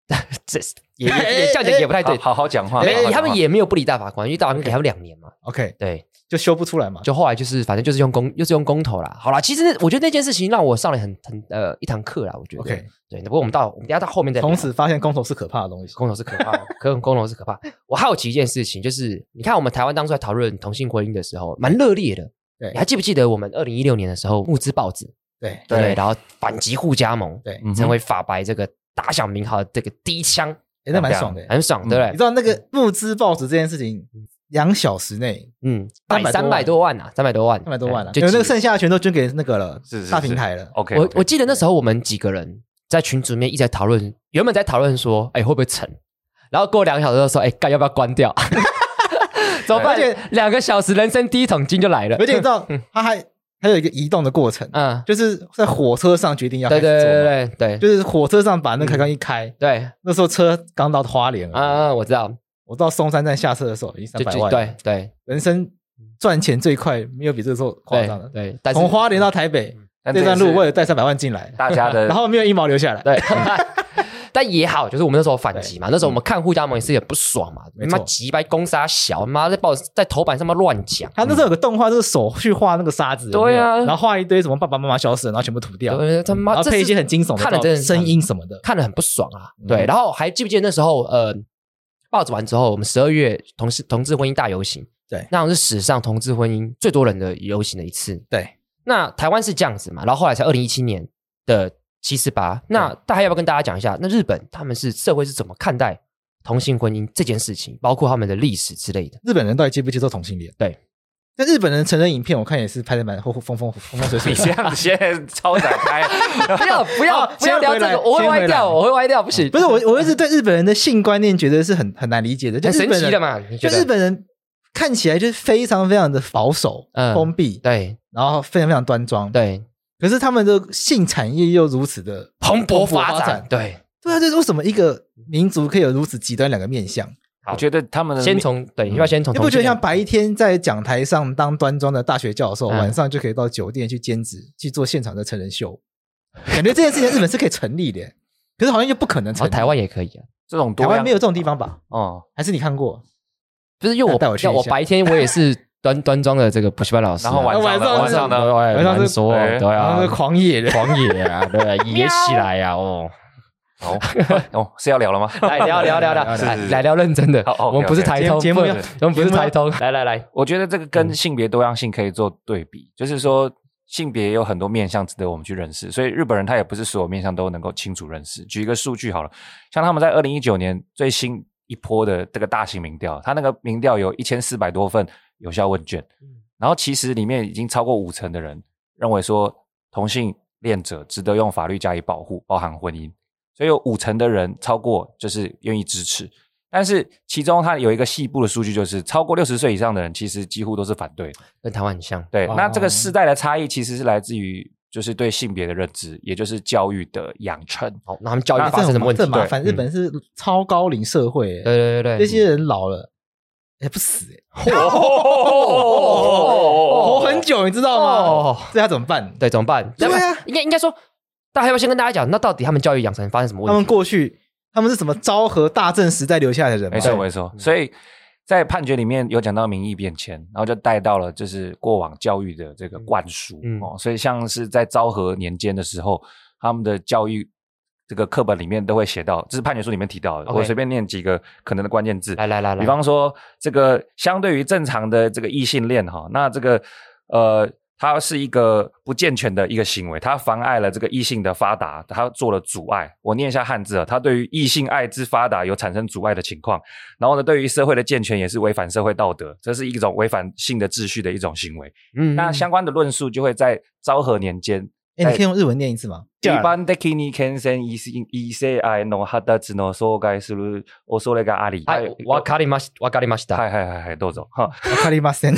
Speaker 1: 这也也也这样讲也不太对。
Speaker 3: 好好好讲话，
Speaker 1: 没
Speaker 3: 好好
Speaker 1: 有，
Speaker 3: 讲话
Speaker 1: 哎他们也没有不理大法官，因为大法官给他们两年嘛。
Speaker 4: OK，
Speaker 1: 对，
Speaker 4: 就修不出来嘛。
Speaker 1: 就后来就是反正就是用公又是用公投啦。好啦，其实我觉得那件事情让我上了很很呃一堂课啦，我觉得。
Speaker 4: OK
Speaker 1: 对，不过我们到我们等一下到后面再聊
Speaker 4: 从此发现公投是可怕的东西。
Speaker 1: 公投是可怕的，可公投是可怕。我好奇一件事情，就是你看我们台湾当初在讨论同性婚姻的时候，蛮热烈的。
Speaker 4: 对
Speaker 1: 你还记不记得我们二零一六年的时候募资报纸，
Speaker 4: 对
Speaker 1: 对不对？
Speaker 3: 对
Speaker 1: 然后反击互加盟，
Speaker 4: 对，
Speaker 3: 嗯哼
Speaker 1: 成为法白这个打响名号的这个第一枪，
Speaker 4: 诶那蛮爽的。
Speaker 1: 很爽，
Speaker 3: 嗯
Speaker 1: 对不
Speaker 4: 你知
Speaker 1: 对？
Speaker 4: 道那个募资报纸这件事情，两小时内
Speaker 1: 嗯，
Speaker 4: 300多
Speaker 1: 三百多万啊，三百多万，
Speaker 4: 三百多万了，
Speaker 1: 哎
Speaker 4: 有那个剩下的全都捐给那个了
Speaker 3: 是是，
Speaker 4: 大平台了。
Speaker 3: OK，
Speaker 1: 我我记得那时候我们几个人在群组里面一直在讨论，原本在讨论说，哎、会不会成？然后过两个小时就说，哎、干要不要关掉？ 怎么办
Speaker 4: 而且？
Speaker 1: 两个小时，人生第一桶金就来了
Speaker 4: 而。且你 知道，它还还有一个移动的过程，
Speaker 1: 嗯，
Speaker 4: 就是在火车上决定要开
Speaker 1: 对对
Speaker 4: 始做嘛，
Speaker 1: 对对对
Speaker 4: 就是火车上把那个开关一开，
Speaker 1: 对，
Speaker 4: 那时候车刚到花莲
Speaker 1: 啊、
Speaker 4: 啊，
Speaker 1: 嗯我知道，
Speaker 4: 我到松山站下车的时候已经三
Speaker 1: 就
Speaker 4: 百
Speaker 1: 就
Speaker 4: 万，
Speaker 1: 对，对
Speaker 4: 人生赚钱最快，没有比这个时候夸张
Speaker 1: 对
Speaker 4: 的。
Speaker 1: 对，但是
Speaker 4: 从花莲到台北
Speaker 3: 但
Speaker 4: 这段
Speaker 3: 也
Speaker 4: 路，
Speaker 3: 是
Speaker 4: 我也带三百万进来，
Speaker 3: 大家 的，
Speaker 4: 然 后没有一毛留下来。
Speaker 1: 对， 但也好，就是我们那时候反击嘛，那时候我们看互加盟也是也不爽嘛，
Speaker 4: 没
Speaker 1: 他
Speaker 4: 错
Speaker 1: 妈几百攻杀小，妈在报在头版上面乱讲，
Speaker 4: 他那时候有个动画，就是手去画那个沙子，有没有
Speaker 1: 对啊
Speaker 4: 然后画一堆什么爸爸妈妈消失，然后全部涂掉，嗯
Speaker 1: 呃他妈
Speaker 4: 然后
Speaker 1: 这
Speaker 4: 配一
Speaker 1: 是
Speaker 4: 些很惊悚的
Speaker 1: 看了真的
Speaker 4: 照声音什么的。
Speaker 1: 看得很不爽啊。
Speaker 4: 嗯
Speaker 1: 对，然后还记不记得那时候呃，报纸完之后，我们十二月同事同志婚姻大游行，
Speaker 4: 对
Speaker 1: 那好像是史上同志婚姻最多人的游行的一次。
Speaker 4: 对，
Speaker 1: 那台湾是这样子嘛，然后后来才二零一七年的七四八。那大家要不要跟大家讲一下，那日本他们是社会是怎么看待同性婚姻这件事情，包括他们的历史之 类的？
Speaker 4: 日本人到底接不接受同性恋？
Speaker 1: 对，
Speaker 4: 但日本人成人影片我看也是拍的蛮风风风风风水水
Speaker 3: 你
Speaker 4: 的。
Speaker 3: 这样现在超展开，
Speaker 1: 不要不要
Speaker 4: 好
Speaker 1: 不要
Speaker 4: 先
Speaker 1: 聊
Speaker 4: 回
Speaker 1: 这个，
Speaker 4: 来
Speaker 1: 我会
Speaker 4: 先
Speaker 1: 歪
Speaker 4: 回
Speaker 1: 掉，
Speaker 4: 来
Speaker 1: 我会歪掉，不行，
Speaker 4: 不是我，我一直对日本人的性观念觉得是很很难理解的，就
Speaker 1: 很
Speaker 4: 日
Speaker 1: 神
Speaker 4: 本
Speaker 1: 奇
Speaker 4: 人
Speaker 1: 的嘛？你觉
Speaker 4: 就
Speaker 1: 得
Speaker 4: 日本人看起来就是非常非常的保守、
Speaker 1: 嗯
Speaker 4: 封闭，
Speaker 1: 对
Speaker 4: 然后非常非常端庄。，
Speaker 1: 对
Speaker 4: 可是他们的性产业又如此的
Speaker 1: 蓬勃发
Speaker 4: 发
Speaker 1: 展
Speaker 4: 展，
Speaker 1: 对，
Speaker 4: 对啊，这是为什么一个民族可以有如此极端两个面相？
Speaker 3: 我觉得他们的
Speaker 1: 先从对，你要先从
Speaker 4: 你不觉得
Speaker 1: 哦同性恋
Speaker 4: 像白天在讲台上当端庄的大学教授，
Speaker 1: 嗯
Speaker 4: 晚上就可以到酒店去兼职去做现场的成人秀？感觉这件事情在日本是可以成立的，可是好像又不可能
Speaker 1: 然后
Speaker 4: 成立。
Speaker 1: 台湾也可以啊，
Speaker 3: 这种多
Speaker 4: 台
Speaker 3: 样
Speaker 4: 湾没有这种地方吧？
Speaker 3: 哦，
Speaker 4: 还是你看过？
Speaker 1: 不是因为我
Speaker 4: 那带我去一下
Speaker 1: 像我白天我也是端端庄的这个补习班老师啊、啊
Speaker 3: 然后晚上呢
Speaker 4: 晚上
Speaker 3: 晚上呢，
Speaker 1: 晚
Speaker 4: 晚上是
Speaker 1: 说
Speaker 3: 哎
Speaker 1: 对
Speaker 4: 然
Speaker 1: 啊
Speaker 4: 后是，狂野人，
Speaker 1: 狂野啊，对，野起来呀、啊，哦，
Speaker 3: 哦哦，是要聊了吗？
Speaker 1: 来聊聊聊聊，
Speaker 3: 是
Speaker 1: 来
Speaker 3: 是是
Speaker 1: 来聊认真的
Speaker 3: 好，，OK，
Speaker 1: 我们不是
Speaker 3: OK，
Speaker 1: 台通，
Speaker 4: 节目
Speaker 1: 不
Speaker 4: 要
Speaker 1: 我们不是
Speaker 4: 节目要
Speaker 1: 台通，来来来，
Speaker 3: 我觉得这个跟性别多样性可以做对比，就是说性别也有很多面向值得我们去认识，所以日本人他也不是所有面向都能够清楚认识。举一个数据好了，像他们在二零一九年最新一波的这个大型民调，他那个民调有一千四百多份有效问卷，然后其实里面已经超过五成的人认为说同性恋者值得用法律加以保护，包含婚姻，所以有五成的人超过就是愿意支持。但是其中它有一个细部的数据，就是超过六十岁以上的人，其实几乎都是反对的。
Speaker 1: 跟台湾很像，
Speaker 3: 对，
Speaker 4: 哦
Speaker 3: 那这个世代的差异其实是来自于就是对性别的认知，也就是教育的养成。
Speaker 1: 好，哦那他们教育
Speaker 4: 啊
Speaker 1: 发生什么问题
Speaker 4: 这？很麻烦，
Speaker 1: 对嗯
Speaker 4: 日本是超高龄社会，
Speaker 1: 对对对
Speaker 4: 这
Speaker 1: 对，
Speaker 4: 些人老了也不死，哎活
Speaker 3: 哦
Speaker 4: 很久，你知道
Speaker 1: 哦
Speaker 4: 吗？这要怎么办？
Speaker 1: 对，怎么办？
Speaker 4: 对啊
Speaker 1: 那应该应该说，大家要不要先跟大家讲，那到底他们教育养成发生什么
Speaker 4: 他
Speaker 1: 问
Speaker 4: 们
Speaker 1: 题？
Speaker 4: 过去他们是怎么昭和大正时代留下来的人嘛？
Speaker 3: 没错没错。
Speaker 1: 嗯
Speaker 3: 所以在判决里面有讲到民意变迁，然后就带到了就是过往教育的这个灌输、
Speaker 1: 嗯嗯
Speaker 3: 哦，所以像是在昭和年间的时候，他们的教育。这个课本里面都会写到，这是判决书里面提到的。
Speaker 1: OK
Speaker 3: 我随便念几个可能的关键字，
Speaker 1: 来来来来，
Speaker 3: 比方说，这个相对于正常的这个异性恋哈，那这个呃，它是一个不健全的一个行为，它妨碍了这个异性的发达，它做了阻碍。我念一下汉字啊，它对于异性爱之发达有产生阻碍的情况。然后呢，对于社会的健全也是违反社会道德，这是一种违反性的秩序的一种行为。
Speaker 1: 嗯，嗯
Speaker 3: 那相关的论述就会在昭和年间。
Speaker 4: 哎，你可以用日文念一 次吗？
Speaker 3: 一
Speaker 1: 啊
Speaker 3: 般的に健全異性異性愛の発達の阻害する恐れがあり。
Speaker 1: 哎，わかりました、わかりました。
Speaker 3: 嗨嗨嗨嗨，豆总哈，
Speaker 4: 我卡里马森，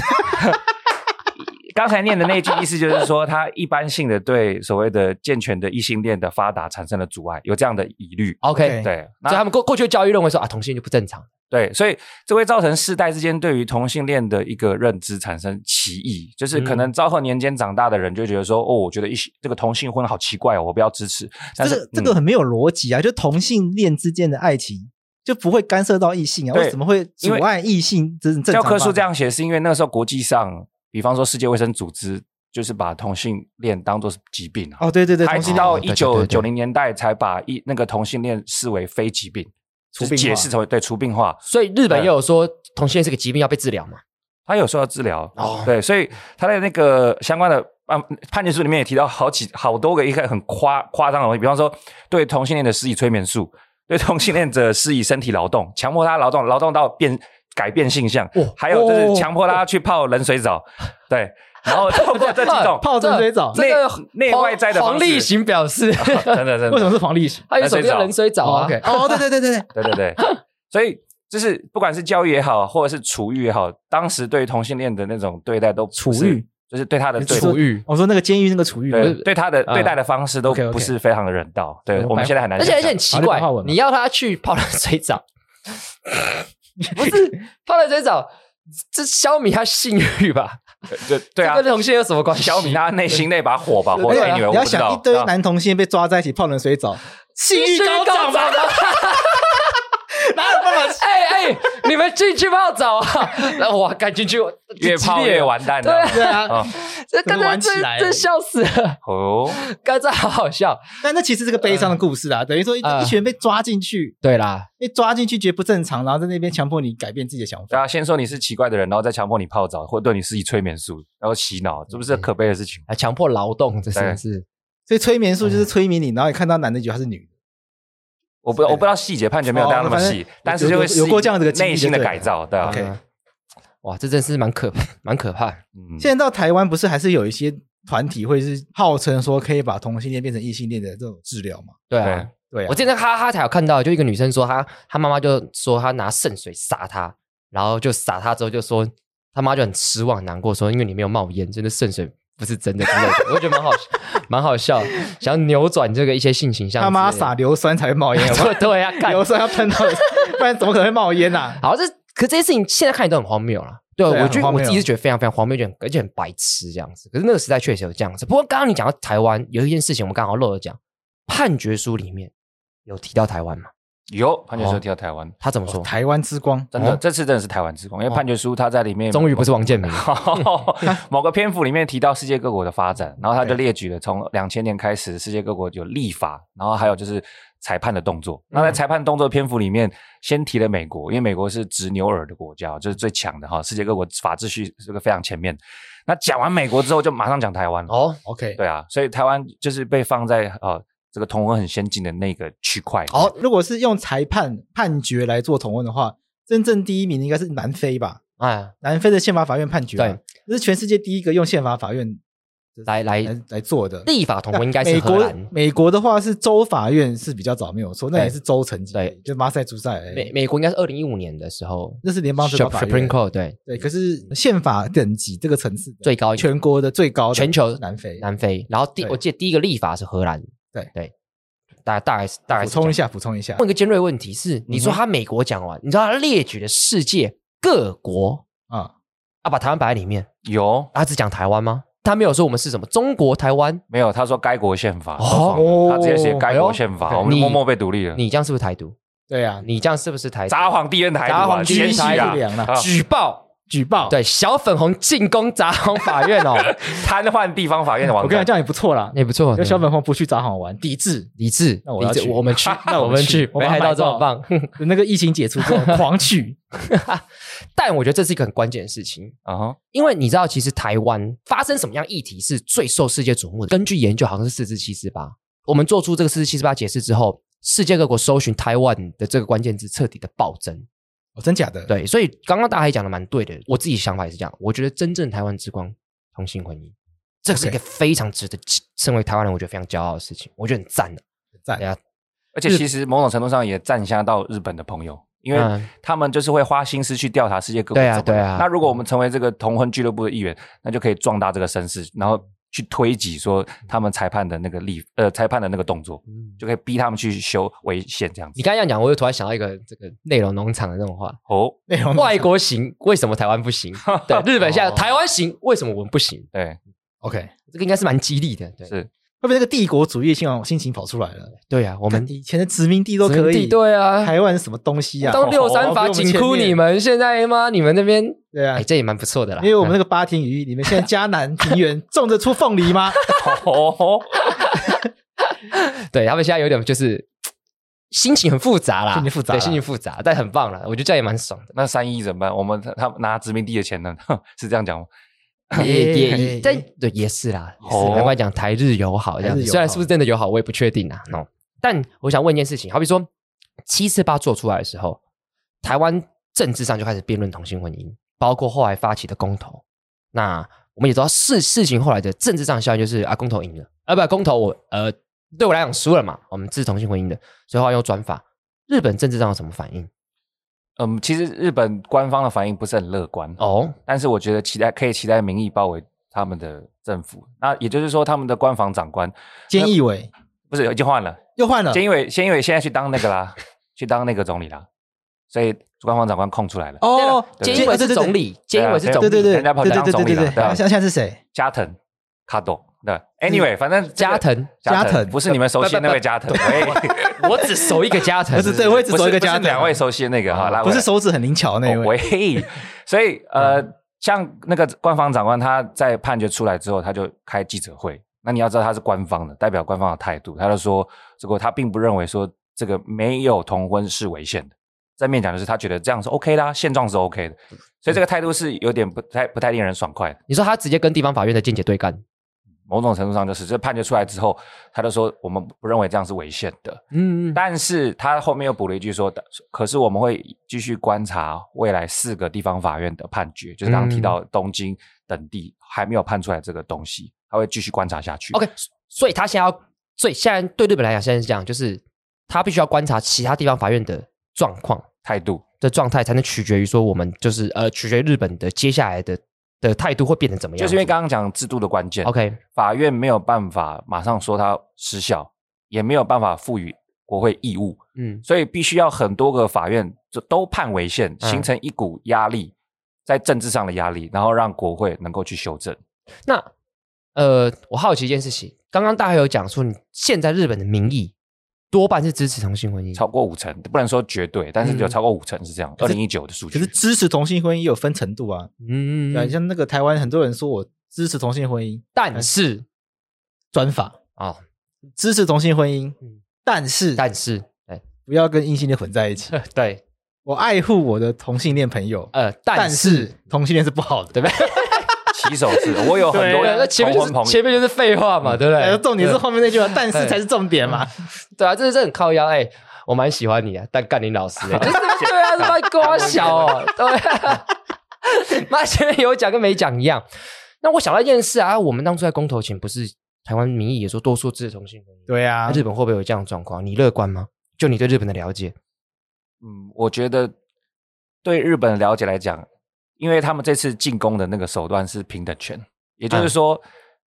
Speaker 3: 刚才念的那句意思就是说，他一般性的对所谓的健全的异性恋的发达产生了阻碍，有这样的疑虑。
Speaker 1: OK，
Speaker 3: 对，
Speaker 4: 对
Speaker 1: 所以
Speaker 3: 那
Speaker 1: 他们过过去的教育认为说啊，同性就不正常。
Speaker 3: 对，所以这会造成世代之间对于同性恋的一个认知产生歧义，就是可
Speaker 4: 嗯
Speaker 3: 能昭和年间长大的人就觉得说，哦，我觉得一些这个同性婚好奇怪哦，我不要支持。
Speaker 4: 这
Speaker 3: 但是
Speaker 4: 个这个
Speaker 3: 嗯
Speaker 4: 很没有逻辑啊！就同性恋之间的爱情就不会干涉到异性啊，
Speaker 3: 对
Speaker 4: 为什么会阻
Speaker 3: 因为
Speaker 4: 碍异性？这是正
Speaker 3: 教
Speaker 4: 常
Speaker 3: 科书
Speaker 4: 发展
Speaker 3: 这样写，是因为那时候国际上，比方说世界卫生组织就是把同性恋当做是疾病啊。
Speaker 4: 哦，对对对，
Speaker 3: 还
Speaker 4: 同
Speaker 3: 直
Speaker 4: 性
Speaker 1: 道
Speaker 3: 到
Speaker 1: 哦对
Speaker 3: 一
Speaker 1: 对
Speaker 3: 九
Speaker 1: 对对
Speaker 3: 九零年代才把一那个同性恋视为非疾病，
Speaker 4: 除
Speaker 3: 就是
Speaker 4: 病
Speaker 3: 解
Speaker 4: 化
Speaker 3: 释成为对除病化。
Speaker 1: 所以日本
Speaker 3: 对
Speaker 1: 也有说同性恋是个疾病要被治疗嘛？
Speaker 3: 他有受到治疗，
Speaker 1: 哦
Speaker 3: 对，所以他在那个相关的判判决书里面也提到好几好多个一个很夸夸张的东西，比方说对同性恋者施以催眠术，对同性恋者施以身体劳动，强迫他劳动，劳动到变改变性向，
Speaker 1: 哦
Speaker 3: 还有就是
Speaker 1: 哦
Speaker 3: 强迫他去泡冷水澡，对，然后透过这几种
Speaker 4: 泡
Speaker 1: 这
Speaker 4: 冷水澡，
Speaker 3: 这内内外在的方
Speaker 1: 黄
Speaker 3: 式
Speaker 1: 立行表示，
Speaker 3: 真的真的
Speaker 4: 为什么是 黄历史？
Speaker 1: 他有一首歌叫冷水澡
Speaker 4: 哦
Speaker 1: 啊
Speaker 4: ，OK，。哦，对对对对
Speaker 3: 对
Speaker 4: 对，
Speaker 3: 对对，所以就是不管是教育也好，或者是处遇也好，当时对同性恋的那种对待都处
Speaker 4: 处遇，
Speaker 3: 就是对他的对
Speaker 1: 处遇，
Speaker 4: 我说那个监狱那个处遇，
Speaker 3: 对对他的
Speaker 1: 啊
Speaker 3: 对待的方式都
Speaker 4: OK，OK
Speaker 3: 不是非常的人道。对
Speaker 4: 我
Speaker 3: 我们
Speaker 4: 白
Speaker 3: 现在很难
Speaker 1: 而
Speaker 3: 想
Speaker 1: 且
Speaker 3: 象，
Speaker 1: 而且很奇
Speaker 4: 法
Speaker 1: 怪
Speaker 4: 律白话文，嘛
Speaker 1: 你要他去泡冷水 澡，不是 泡冷水澡，这消弭他性欲吧？
Speaker 3: 对对啊
Speaker 1: 这，跟同性有什么关系？
Speaker 3: 小米他内心那把火 吧，火
Speaker 4: 而且
Speaker 3: 在女儿，
Speaker 4: 你
Speaker 3: 我
Speaker 4: 要
Speaker 3: 不知
Speaker 4: 想
Speaker 3: 道。
Speaker 4: 一堆
Speaker 3: 啊
Speaker 4: 男同性被抓在一起泡冷水澡，性欲高涨吧？
Speaker 1: 吧？
Speaker 4: 哪有办法？
Speaker 1: 哎哎，你们进去泡澡啊！那我赶进去，
Speaker 3: 越泡越
Speaker 1: 完。
Speaker 3: 完蛋
Speaker 1: 对
Speaker 3: 的
Speaker 1: 啊
Speaker 4: 对啊，
Speaker 3: 啊！
Speaker 1: 这刚才
Speaker 4: 玩起
Speaker 1: 这
Speaker 4: 来
Speaker 1: 这笑死了，
Speaker 3: 哦，
Speaker 1: 刚才好好笑。
Speaker 4: 但那其实是个悲伤的故事啊，等于说一
Speaker 3: 嗯
Speaker 1: 呃
Speaker 4: 一群人被抓进去，
Speaker 1: 对啦，
Speaker 4: 被抓进去觉得不正常，然后在那边强迫你改变自己的想
Speaker 3: 对
Speaker 4: 法。
Speaker 3: 啊，先说你是奇怪的人，然后再强迫你泡澡，或对你施以催眠术，然后洗脑，这不是可悲的事情？
Speaker 1: 啊，强迫劳动这
Speaker 3: 对
Speaker 1: 真是
Speaker 4: 所以催眠术就是催眠你，然后你看到男的觉得他是女的。
Speaker 3: 我不我不知道细节，判决没有带到那么
Speaker 4: 哦反
Speaker 3: 细
Speaker 4: 正，
Speaker 3: 但是就会
Speaker 4: 有有有过这样子的经历
Speaker 3: 内心的
Speaker 4: 就对了
Speaker 3: 改造，对啊。
Speaker 4: OK
Speaker 1: 嗯哇，这真是蛮可蛮可怕。
Speaker 3: 嗯
Speaker 4: 现在到台湾不是还是有一些团体会是号称说可以把同性恋变成异性恋的这种治疗嘛？
Speaker 1: 对
Speaker 3: 对
Speaker 1: 啊，
Speaker 4: 对啊，
Speaker 1: 我之前在哈哈台有看到，就一个女生说她她妈妈就说她拿圣水洒她，然后就洒她之后就说她妈就很失望很难过，说因为你没有冒烟，真的圣水。不是真的之类的， 我觉得蛮好，蛮好笑，想要扭转这个一些性形象之
Speaker 4: 他
Speaker 1: 类的。
Speaker 4: 妈撒硫酸才会 冒烟，有没有
Speaker 1: 对对啊，干
Speaker 4: 硫酸要喷到， 不然怎么可能会冒烟啊 呐？
Speaker 1: 好，这可这些事情现在看起来都很荒谬了。对，
Speaker 4: 对啊
Speaker 1: 我觉
Speaker 4: 很
Speaker 1: 得
Speaker 4: 荒
Speaker 1: 我
Speaker 4: 谬
Speaker 1: 自己是觉得非常非常荒谬，而且很而且很白痴这样子。可是那个时代确实有这样子。不过刚刚你讲到台湾有一件事情，我们刚好漏了讲，判决书里面有提到台湾嘛？
Speaker 3: 有判决书
Speaker 1: 哦
Speaker 3: 提到台湾，
Speaker 1: 他怎么说？
Speaker 4: 台湾之光，
Speaker 3: 真的，
Speaker 1: 哦
Speaker 3: 这次真的是台湾之光，因为判决书他在里面
Speaker 1: 终于不是王建民，
Speaker 3: 某个篇幅里面提到世界各国的发展，然后他就
Speaker 4: 对
Speaker 3: 列举了从 两千年开始，世界各国有立法，然后还有就是裁判的动作。那
Speaker 1: 嗯
Speaker 3: 在裁判动作篇幅里面，先提了美国，因为美国是执牛耳的国家，就是最强的哈，世界各国法秩序这个非常前面。那讲完美国之后，就马上讲台湾了。
Speaker 1: 哦
Speaker 4: OK，
Speaker 3: 对啊，所以台湾就是被放在呃这个同文很先进的那个区块。
Speaker 1: 哦
Speaker 4: 好，如果是用裁判判决来做统问的话，真正第一名应该是南非吧？
Speaker 1: 哎，
Speaker 4: 南非的宪法法院判决，啊
Speaker 1: 对，
Speaker 4: 这是全世界第一个用宪法法院
Speaker 1: 来来
Speaker 4: 来来做的。
Speaker 1: 立法同盟应该是
Speaker 4: 美
Speaker 1: 荷
Speaker 4: 国
Speaker 1: 兰，
Speaker 4: 美国的话是州法院是比较早没有错，那
Speaker 1: 对
Speaker 4: 也是州层级，
Speaker 1: 对，
Speaker 4: 就马赛诸塞而已，
Speaker 1: 美美国应该是二零一五年的时候
Speaker 4: 那是联邦最高法院
Speaker 1: Supreme Court 对
Speaker 4: 对，可是宪法等级这个层次的
Speaker 1: 最高一个
Speaker 4: 全国的最高的
Speaker 1: 全球
Speaker 4: 是南非。
Speaker 1: 南非，然后第
Speaker 4: 对
Speaker 1: 我记得第一个立法是荷兰，
Speaker 4: 对
Speaker 1: 对，大大概是大概
Speaker 4: 补
Speaker 1: 是
Speaker 4: 充一
Speaker 1: 这样。
Speaker 4: 下，补充一下
Speaker 1: 问，一个尖嗯锐问题是，你说他美国讲完，你知道他列举了世界各国
Speaker 4: 啊，
Speaker 1: 啊，把台湾摆在里面，
Speaker 3: 有
Speaker 1: 他只讲台湾吗？他没有说我们是什么中国台湾，
Speaker 3: 没有？他说该国宪法，
Speaker 1: 哦
Speaker 3: 他直接写该国宪
Speaker 1: 哎
Speaker 3: 法，
Speaker 1: 呦
Speaker 3: 我们
Speaker 1: 你
Speaker 3: 默默被独立了。
Speaker 1: 你这样是不是台独？
Speaker 4: 对啊，
Speaker 1: 你这样是不是台独？
Speaker 3: 札幌地院台独啊，
Speaker 4: 札幌地院
Speaker 3: 奸细
Speaker 4: 台
Speaker 3: 啊
Speaker 4: 独两了
Speaker 3: 啊
Speaker 1: 举报，
Speaker 4: 举报，，
Speaker 1: 对，小粉红进攻札幌法院 哦，
Speaker 3: 瘫痪地方法院的网
Speaker 4: 我跟你
Speaker 3: 站。
Speaker 4: 讲也不错啦。
Speaker 1: 也不错
Speaker 4: 有，小粉红不去札幌玩，抵制
Speaker 1: 理智，
Speaker 4: 那我要
Speaker 1: 理智
Speaker 4: 去，
Speaker 1: 我们去
Speaker 4: 那我
Speaker 1: 们
Speaker 4: 们去
Speaker 1: 去，北海道这么棒。
Speaker 4: 那个疫情解除 之后狂去，
Speaker 1: 但我觉得这是一个很关键的事情，
Speaker 3: 啊哈，
Speaker 1: 因为你知道，其实台湾发生什么样议题是最受世界瞩目的？根据研究，好像是四至七四八。我们做出这个四至七四八解释之后，世界各国搜寻台湾的这个关键字彻底的暴增。
Speaker 4: 哦，真假的？，
Speaker 1: 对，所以刚刚大海讲的蛮对的，我自己想法也是这样。我觉得真正台湾之光，同性婚姻，这是一个非常值得身为台湾人，我觉得非常骄傲的事情，我觉得很赞的、
Speaker 4: 赞
Speaker 1: 对啊，
Speaker 3: 而且其实某种程度上也站下到日本的朋友，因为
Speaker 1: 嗯
Speaker 3: 他们就是会花心思去调查世界各国
Speaker 1: 对啊
Speaker 3: 怎么了
Speaker 1: 对啊
Speaker 3: 那如果我们成为这个同婚俱乐部的一员，那就可以壮大这个声势，然后去推挤说他们裁判的那个立呃裁判的那个动作，就可以逼他们去修违宪这样
Speaker 1: 你
Speaker 3: 子。
Speaker 1: 刚刚这样讲，我又突然想到一个这个内容农场的那种话：
Speaker 3: 哦，
Speaker 4: 内容
Speaker 1: 外国行，为什么台湾不行？ 对，日本现在
Speaker 4: 哦
Speaker 1: 台湾行，为什么我们不行？
Speaker 3: 对，
Speaker 4: OK，
Speaker 1: 这个应该是蛮激励的，对
Speaker 3: 是
Speaker 4: 会不会那个帝国主义心心情跑出来了？
Speaker 1: 对啊，我
Speaker 4: 我
Speaker 1: 们
Speaker 4: 以前的殖民地都
Speaker 1: 殖民
Speaker 4: 可
Speaker 1: 地
Speaker 4: 以，
Speaker 1: 对啊，
Speaker 4: 台湾是什么东西啊？
Speaker 1: 当六三
Speaker 4: 哦
Speaker 1: 法
Speaker 4: 比我们
Speaker 1: 紧箍
Speaker 4: 前面
Speaker 1: 你们，现在吗？你们那边
Speaker 4: 对 啊
Speaker 1: 哎，，这也蛮不错的啦，
Speaker 4: 因为我们那
Speaker 1: 嗯
Speaker 4: 个八田鱼，你们现在迦南平原种得出凤梨 吗？
Speaker 3: 哦，
Speaker 1: 嗯对他们现在有点就是嘖心情很复杂啦，
Speaker 4: 心情复杂啦
Speaker 1: 对，心情复杂，但很棒了，我觉得这样也蛮爽的，
Speaker 3: 那三一怎么办？我们他他拿殖民地的钱呢？是这样讲吗？
Speaker 1: 也
Speaker 4: 哎
Speaker 1: 也
Speaker 4: 哎
Speaker 1: 但对也是啦，也是
Speaker 3: 哦
Speaker 1: 难怪讲台日友好这样
Speaker 4: 台
Speaker 1: 子，
Speaker 4: 日友好嗯
Speaker 1: 虽然是不是真的友好，我也不确定啊。no，但我想问一件事情，好比说七四八做出来的时候，台湾政治上就开始辩论同性婚姻，包括后来发起的公投。那我们也知道事事情后来的政治上效应就是啊，公投赢了，啊不，公投我呃对我来讲输了嘛，我们是同性婚姻的，所以后来又转法。日本政治上有什么反应？
Speaker 3: 嗯，其实日本官方的反应不是很乐观
Speaker 1: 哦，
Speaker 3: 但是我觉得期待可以期待民意包围他们的政府。那也就是说，他们的官房长官
Speaker 4: 菅义伟
Speaker 3: 不是已经换了？
Speaker 4: 又换了
Speaker 3: 菅义伟，菅义伟现在去当那个啦，去当那个总理啦，所以官方长官空出来了。
Speaker 4: 哦，
Speaker 1: 菅义伟是总
Speaker 4: 理，
Speaker 1: 理，菅义伟是总
Speaker 4: 对
Speaker 1: 理，
Speaker 4: 啊对对，
Speaker 3: 人家跑去
Speaker 4: 对对
Speaker 3: 当
Speaker 4: 对
Speaker 3: 总理
Speaker 4: 对对
Speaker 3: 了
Speaker 4: 对，
Speaker 3: 对吧
Speaker 4: 现在现在是谁？
Speaker 3: 加藤卡斗对，anyway，反正这个
Speaker 1: 加藤
Speaker 4: 加藤
Speaker 3: 不是你们熟悉的那位加藤，喂
Speaker 1: 我只熟一个加藤，
Speaker 4: 不是，对，我也只
Speaker 3: 不
Speaker 4: 说
Speaker 3: 是
Speaker 4: 一个加
Speaker 3: 不
Speaker 4: 藤，
Speaker 3: 是两位熟悉的那个哈，来
Speaker 4: 不
Speaker 3: 我
Speaker 4: 是
Speaker 3: 来
Speaker 4: 手指很灵巧那一
Speaker 3: 哦
Speaker 4: 位，
Speaker 3: 喂，所以呃，像那个官方长官他在判决出来之后，他就开记者会。那你要知道他是官方的，代表官方的态度，他就说这个他并不认为说这个没有同婚是违宪的。正面讲就是他觉得这样是 OK 的、啊，现状是 OK 的，所以这个态度是有点不太不太令人爽快的。
Speaker 1: 你说他直接跟地方法院的见解对干，
Speaker 3: 某种程度上就是，这判决出来之后，他就说我们不认为这样是违宪的。
Speaker 1: 嗯，
Speaker 3: 但是他后面又补了一句说，可是我们会继续观察未来四个地方法院的判决，就是刚刚提
Speaker 1: 嗯
Speaker 3: 到东京等地还没有判出来这个东西，他会继续观察下去。
Speaker 1: OK，所以他现在要，所以现在对日本来讲，现在是这样，就是他必须要观察其他地方法院的状况
Speaker 3: 态度
Speaker 1: 的状态，才能取决于说我们就是呃，取决于日本的接下来的的态度会变成怎么样。
Speaker 3: 就是因为刚刚讲制度的关键
Speaker 1: OK，
Speaker 3: 法院没有办法马上说它失效，也没有办法赋予国会义务，
Speaker 1: 嗯，
Speaker 3: 所以必须要很多个法院就都判违宪，
Speaker 1: 嗯
Speaker 3: 形成一股压力，在政治上的压力，然后让国会能够去修正。
Speaker 1: 那呃，我好奇一件事情，刚刚大家有讲说，你现在日本的民意多半是支持同性婚姻。
Speaker 3: 超过五成，不能说绝对，但是有
Speaker 1: 嗯
Speaker 3: 超过五成是这样。二
Speaker 4: 是
Speaker 3: 零一九的数
Speaker 4: 可
Speaker 3: 据
Speaker 4: 是，支持同性婚姻也有分程度啊，
Speaker 1: 嗯
Speaker 4: 对啊，像那个台湾很多人说我支持同性婚姻
Speaker 1: 但是
Speaker 4: 专法，
Speaker 1: 啊、哦，
Speaker 4: 支持同性婚姻
Speaker 1: 嗯，
Speaker 4: 但是
Speaker 1: 但是， 哎，
Speaker 4: 不要跟异性恋混在一起。
Speaker 1: 对，
Speaker 4: 我爱护我的同性恋朋友，
Speaker 1: 呃，
Speaker 4: 但
Speaker 1: 但
Speaker 4: 是同性恋是不好的，对不对？
Speaker 3: 起手是，我有很多
Speaker 1: 对，啊那前面
Speaker 3: 同
Speaker 1: 就
Speaker 3: 婚朋
Speaker 1: 是
Speaker 3: 友
Speaker 1: 前面就是废话嘛，对不对？
Speaker 4: 哎重点是后面那句话，但是
Speaker 1: 对
Speaker 4: 才是重点嘛。
Speaker 1: 对啊，这这很靠腰哎、我蛮喜欢你啊，但干你老师、欸，就是对啊，他妈瓜小哦，对、啊， 妈前面有讲跟没讲一样。那我想到一件事啊，我们当初在公投前，不是台湾民意也说多数支持同性婚姻？
Speaker 4: 对啊
Speaker 1: 那，日本会不会有这样的状况？你乐观吗？就你对日本的了解，
Speaker 3: 嗯，我觉得对日本的了解来讲，因为他们这次进攻的那个手段是平等权，也
Speaker 1: 嗯
Speaker 3: 就是说，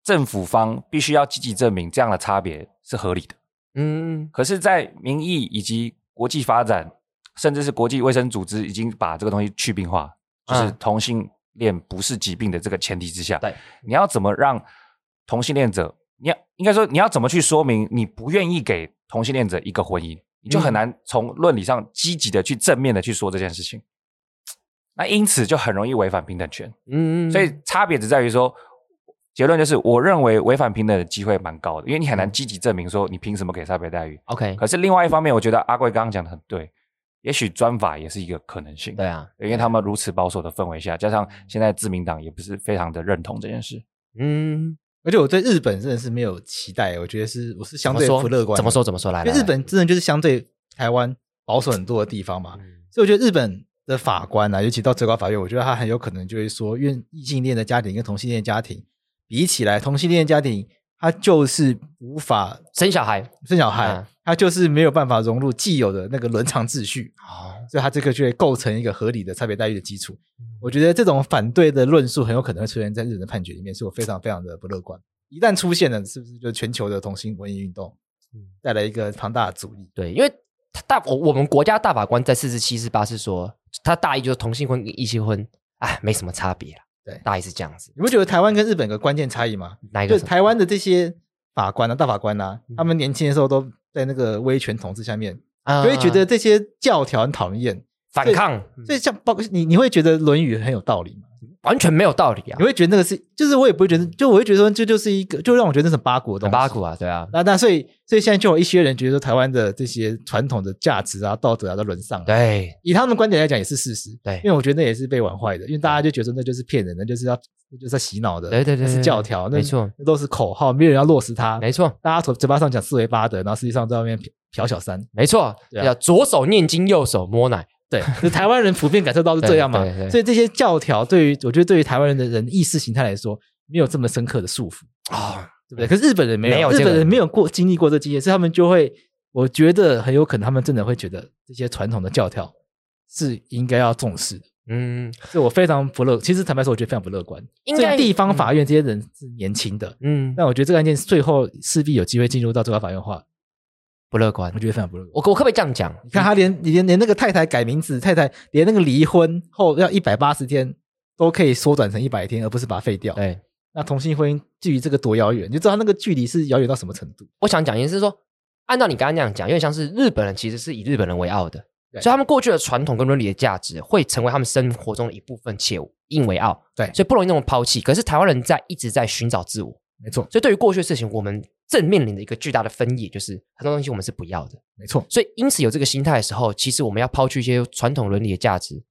Speaker 3: 政府方必须要积极证明这样的差别是合理的。
Speaker 1: 嗯，
Speaker 3: 可是，在民意以及国际发展，甚至是国际卫生组织已经把这个东西去病化，就是
Speaker 1: 嗯
Speaker 3: 同性恋不是疾病的这个前提之下，
Speaker 1: 对，
Speaker 3: 你要怎么让同性恋者，你要应该说你要怎么去说明你不愿意给同性恋者一个婚姻，你
Speaker 1: 嗯
Speaker 3: 就很难从论理上积极的去正面的去说这件事情，那因此就很容易违反平等权。
Speaker 1: 嗯，
Speaker 3: 所以差别只在于说，结论就是我认为违反平等的机会蛮高的，因为你
Speaker 1: 嗯
Speaker 3: 很难积极证明说你凭什么给差别待遇。
Speaker 1: OK，
Speaker 3: 可是另外一方面，我觉得阿贵刚刚讲的很对，也许专法也是一个可能性。
Speaker 1: 对，啊，
Speaker 3: 因为他们如此保守的氛围下，加上现在自民党也不是非常的认同这件事。
Speaker 1: 嗯，
Speaker 4: 而且我对日本真的是没有期待，我觉得是我是
Speaker 1: 怎
Speaker 4: 相
Speaker 1: 么
Speaker 4: 对
Speaker 1: 说
Speaker 4: 不乐观。
Speaker 1: 怎么？说？怎么说？来，
Speaker 4: 因
Speaker 1: 来
Speaker 4: 为日，本真的就是相对台湾保守很多的地方嘛
Speaker 1: 来，
Speaker 4: 所以我觉得日本的法官啊，尤其到最高法院，我觉得他很有可能就会说，因为异性恋的家庭跟同性恋家庭比起来，同性恋家庭他就是无法
Speaker 1: 生小孩，
Speaker 4: 生小孩，
Speaker 1: 嗯
Speaker 4: 他就是没有办法融入既有的那个伦常秩序，
Speaker 1: 哦，
Speaker 4: 所以他这个就会构成一个合理的差别待遇的基础。
Speaker 1: 嗯
Speaker 4: 我觉得这种反对的论述很有可能会出现在日本的判决里面，所以我非常非常的不乐观。一旦出现了，是不是就全球的同性婚姻运动
Speaker 1: 嗯
Speaker 4: 带来一个庞大的阻力？
Speaker 1: 对，因为他大我我们国家大法官在四十七、四八是说，他大意就是同性婚跟异性婚，哎，没什么差别啦。
Speaker 4: 对嗯
Speaker 1: 大意是这样子。
Speaker 4: 你不觉得台湾跟日本有个关键差异吗？
Speaker 1: 哪一个
Speaker 4: 就
Speaker 1: 是？
Speaker 4: 是台湾的这些法官啊、大法官啊
Speaker 1: 嗯，
Speaker 4: 他们年轻的时候都在那个威权统治下面，
Speaker 1: 啊嗯
Speaker 4: 就会觉得这些教条很讨人厌。
Speaker 1: 反抗
Speaker 4: 所以像包括你，你会觉得《论语》很有道理吗？
Speaker 1: 完全没有道理啊
Speaker 4: 你，会觉得那个是，就是我也不会觉得，就我会觉得说这就是一个，就让我觉得那是很八股的东
Speaker 1: 很
Speaker 4: 西。
Speaker 1: 八股啊，对啊，
Speaker 4: 那那所以所以现在就有一些人觉得说台湾的这些传统的价值啊、道德啊都沦丧了。
Speaker 1: 对
Speaker 4: 以他们的观点来讲也是事实，
Speaker 1: 对
Speaker 4: 因为我觉得那也是被玩坏的，因为大家就觉得那就是骗人的，那就是要那就是要洗脑的，
Speaker 1: 对对对，
Speaker 4: 那是
Speaker 1: 对
Speaker 4: 教条，那
Speaker 1: 没错，
Speaker 4: 那都是口号，没有人要落实它，
Speaker 1: 没错，
Speaker 4: 大家嘴嘴巴上讲四维八德，然后实际上在外面嫖嫖小三，
Speaker 1: 没错，
Speaker 4: 对啊
Speaker 1: 叫左手念经，右手摸奶，
Speaker 4: 对，就台湾人普遍感受到是这样嘛
Speaker 1: 对对对，
Speaker 4: 所以这些教条对于我觉得对于台湾人的人意识形态来说，没有这么深刻的束缚。
Speaker 1: 啊，
Speaker 4: 对不对？可是日本人没有，
Speaker 1: 没有
Speaker 4: 日
Speaker 1: 这
Speaker 4: 本
Speaker 1: 个
Speaker 4: 人没有过经历过这经验，所以他们就会，我觉得很有可能他们真的会觉得这些传统的教条是应该要重视的。
Speaker 1: 嗯
Speaker 4: 所以我非常不乐，其实坦白说，我觉得非常不乐观。
Speaker 1: 应该
Speaker 4: 虽然地方法院这些人是年轻的，
Speaker 1: 嗯，
Speaker 4: 但我觉得这个案件最后势必有机会进入到最高法院的话，
Speaker 1: 不乐观
Speaker 4: 我。觉得非常不乐观。
Speaker 1: 我我可不可以这样讲？
Speaker 4: 嗯
Speaker 1: 嗯
Speaker 4: 你看他连连连那个太太改名字，太太连那个离婚后要一百八十天都可以缩短成一百天，而不是把它废掉。
Speaker 1: 对，
Speaker 4: 那同性婚姻距离这个多遥远，你就知道他那个距离是遥远到什么程度。
Speaker 1: 我想讲也是说，按照你刚刚那样讲，有点像是日本人其实是以日本人为傲的，
Speaker 4: 对
Speaker 1: 所以他们过去的传统跟伦理的价值会成为他们生活中的一部分，且引为傲。
Speaker 4: 对
Speaker 1: 所以不容易那么抛弃。可是台湾人在一直在寻找自我，
Speaker 4: 没错，
Speaker 1: 所以对于过去的事情，我们正面临的一个巨大的分野就是很多东西我们是不要的。
Speaker 4: 没错。
Speaker 1: 所以因此有这个心态的时候，其实我们要抛去一些传统伦理的价值，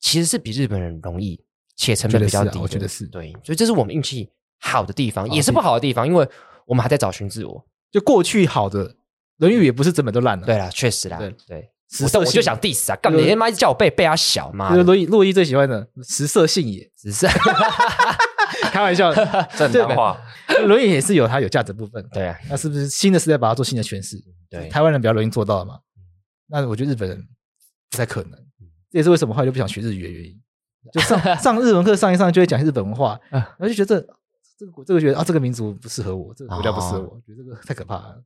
Speaker 1: 其实是比日本人容易且成本比较低的。
Speaker 4: 我觉得是啊我觉得是
Speaker 1: 对，所以这是我们运气好的地方，
Speaker 4: 好
Speaker 1: 也是不好的地方，因为我们还在找寻自我。
Speaker 4: 就过去好的《论语》也不是整本都烂
Speaker 1: 嗯
Speaker 4: 了。
Speaker 1: 对，啦，确实啦，
Speaker 4: 对
Speaker 1: 对对，
Speaker 4: 食
Speaker 1: 我
Speaker 4: 色
Speaker 1: 但我
Speaker 4: 性
Speaker 1: 就想 diss 啊，干嘛你他妈一直叫我背背啊小嘛
Speaker 4: 就，是洛伊洛伊最喜欢的“食色性也
Speaker 1: 只 是
Speaker 4: 开玩笑的，
Speaker 3: 正
Speaker 4: 对
Speaker 3: 当
Speaker 4: 吧
Speaker 3: 化，
Speaker 4: 《论语》也是有它有价值部分。
Speaker 1: 对啊，嗯
Speaker 4: 那是不是新的时代把它做新的诠释？
Speaker 1: 对嗯
Speaker 4: 台湾人比较容易做到了嘛？那我觉得日本人不太可能，这也是为什么后来就不想学日语的 原因。就上上日文课上一上就会讲日本文化，
Speaker 1: 嗯
Speaker 4: 然后就觉得这这个国这个觉得啊这个民族不适合我，这个国家不适
Speaker 1: 哦
Speaker 4: 合我，觉得这个太可怕了。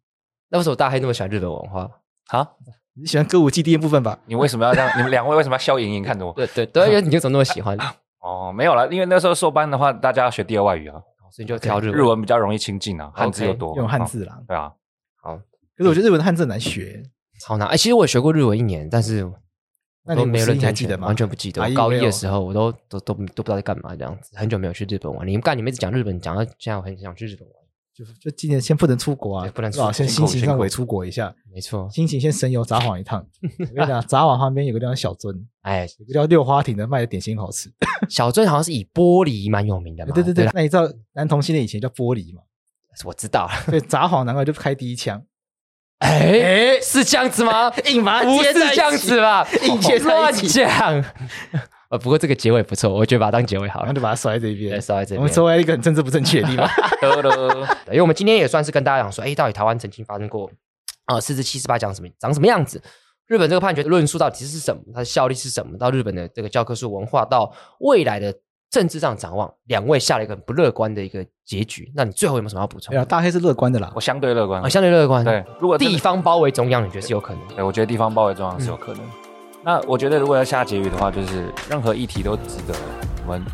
Speaker 1: 那为什么大黑那么喜欢日本文 化？
Speaker 3: 好，
Speaker 4: 你喜欢歌舞伎第一部分吧？
Speaker 3: 啊你为什么要让你们两位为什么要笑盈盈看着我？
Speaker 1: 对对对，你就怎么那么喜 欢？
Speaker 3: 哦，没有了，因为那时候硕班的话，大家要学第二外语啊，
Speaker 1: 所以你就挑日哦
Speaker 3: 日文比较容易亲近啊，汉字又多，
Speaker 4: 用汉字啦
Speaker 3: 哦，，对啊，
Speaker 1: 好，
Speaker 4: 可是我觉得日文汉字很难学，
Speaker 1: 超难。哎、其实我也学过日文一年，但是我
Speaker 4: 那你
Speaker 1: 都没有
Speaker 4: 五十
Speaker 1: 认
Speaker 4: 音还
Speaker 1: 真
Speaker 4: 记
Speaker 1: 学
Speaker 4: 得吗
Speaker 1: 完全不记得。
Speaker 4: 啊
Speaker 1: 我
Speaker 4: 一
Speaker 1: 高
Speaker 4: 没
Speaker 1: 一
Speaker 4: 有
Speaker 1: 的时候，我都都都都不知道在干嘛，这样子，很久没有去日本玩。你们干，你们一直讲日本，讲到现在，我很想去日本玩。
Speaker 4: 就就今年先不能出国啊，
Speaker 1: 对不能出
Speaker 4: 是吧
Speaker 1: 国
Speaker 4: 先
Speaker 1: 辛
Speaker 4: 心
Speaker 1: 苦
Speaker 4: 情
Speaker 1: 辛
Speaker 4: 上
Speaker 1: 苦
Speaker 4: 回出国一下，
Speaker 1: 没错，
Speaker 4: 心情先神游札幌一趟。我跟你讲，札幌旁边有个地方小樽，
Speaker 1: 哎，
Speaker 4: 有个叫六花亭的卖的点心好吃。
Speaker 1: 小樽好像是以玻璃蛮有名的嘛。
Speaker 4: 对对
Speaker 1: 对
Speaker 4: 对
Speaker 1: 啦，，
Speaker 4: 那你知道男同性恋以前叫玻璃嘛？
Speaker 1: 我知道了。
Speaker 4: 所以札幌难怪就开第一枪，
Speaker 1: 哎，是这样子吗？
Speaker 4: 硬把它
Speaker 1: 不
Speaker 4: 啊接
Speaker 1: 是
Speaker 4: 在一
Speaker 1: 这
Speaker 4: 起
Speaker 1: 样子吧？
Speaker 4: 硬接在
Speaker 1: 乱
Speaker 4: 一起
Speaker 1: 讲。 呃，不过这个结尾不错，我觉得把它当结尾好了
Speaker 4: 然后。就把它甩在这
Speaker 1: 对，
Speaker 4: 边。
Speaker 1: 稍微这边
Speaker 4: 我们。收在一个很政治不正确的地 方。
Speaker 3: 得了，
Speaker 1: 对因为我们今天也算是跟大家讲说，哎，到底台湾曾经发生过呃四至七十八讲什么长什么样子？日本这个判决的论述到底是什么？它的效力是什么？到日本的这个教科书文化，到未来的政治上展望，两位下了一个很不乐观的一个结局。那你最后有没有什么要补充
Speaker 4: 哎？呀，大黑是乐观的啦
Speaker 3: 我，相对乐观
Speaker 1: 啊，。相对乐观。
Speaker 3: 对，，如果真的
Speaker 1: 地方包围中央，你觉得是有可能？
Speaker 3: 对，我觉得地方包围中央是有可能。那我觉得如果要下结语的话，就是任何议题都值得我们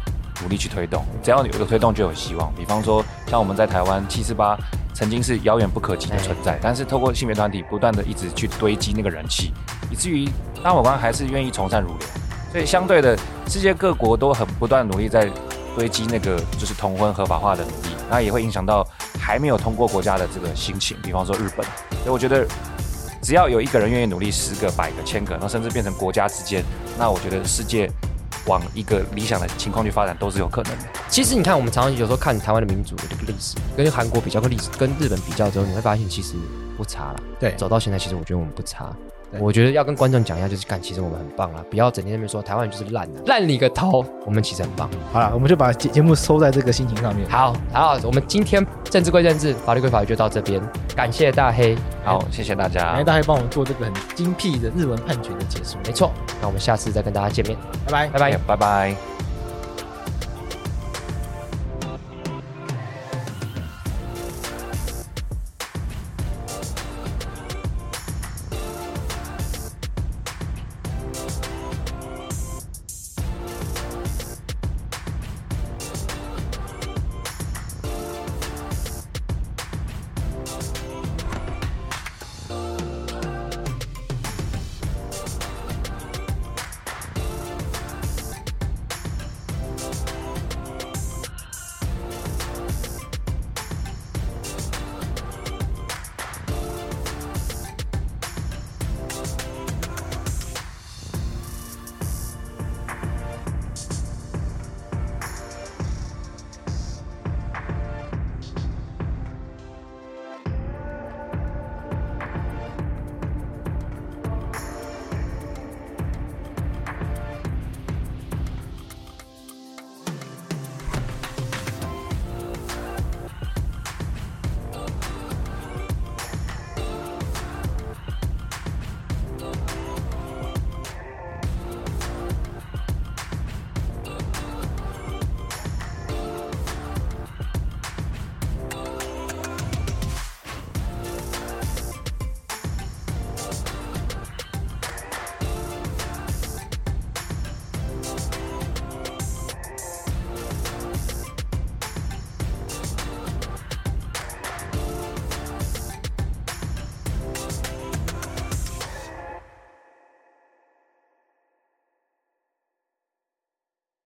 Speaker 3: 努力去推动，只要有推动就有希望。比方说，像我们在台湾七四八曾经是遥远不可及的存在，但是透过性别团体不断的一直去堆积那个人气，以至于大法官还是愿意从善如流。所以相对的，世界各国都很不断努力在堆积那个就是同婚合法化的努力，那也会影响到还没有通过国家的这个心情，比方说日本。所以我觉得，只要有一个人愿意努力，十个、百个、千个，那甚至变成国家之间，那我觉得世界往一个理想的情况去发展都是有可能的。
Speaker 1: 其实你看，我们常常有时候看台湾的民主的这个历史，跟韩国比较，跟历史跟日本比较之后，你会发现其实不差了。
Speaker 4: 对
Speaker 1: 走到现在，其实我觉得我们不差。
Speaker 4: 对
Speaker 1: 我觉得要跟观众讲一下，就是看，其实我们很棒啊啦，不要整天在那边说台湾人就是烂的，烂你个头，我们其实很棒。
Speaker 4: 好了，我们就把节节目收在这个心情上面。
Speaker 1: 好，好，我们今天政治归政治，法律归法律，就到这边，感谢大黑，
Speaker 3: 好，谢谢大
Speaker 4: 感
Speaker 3: 家
Speaker 4: 哎谢，大黑帮我们做这个很精辟的日文判决的解说。
Speaker 1: 没错，那我们下次再跟大家见面，
Speaker 4: 拜拜
Speaker 1: 拜。拜。
Speaker 3: 拜拜。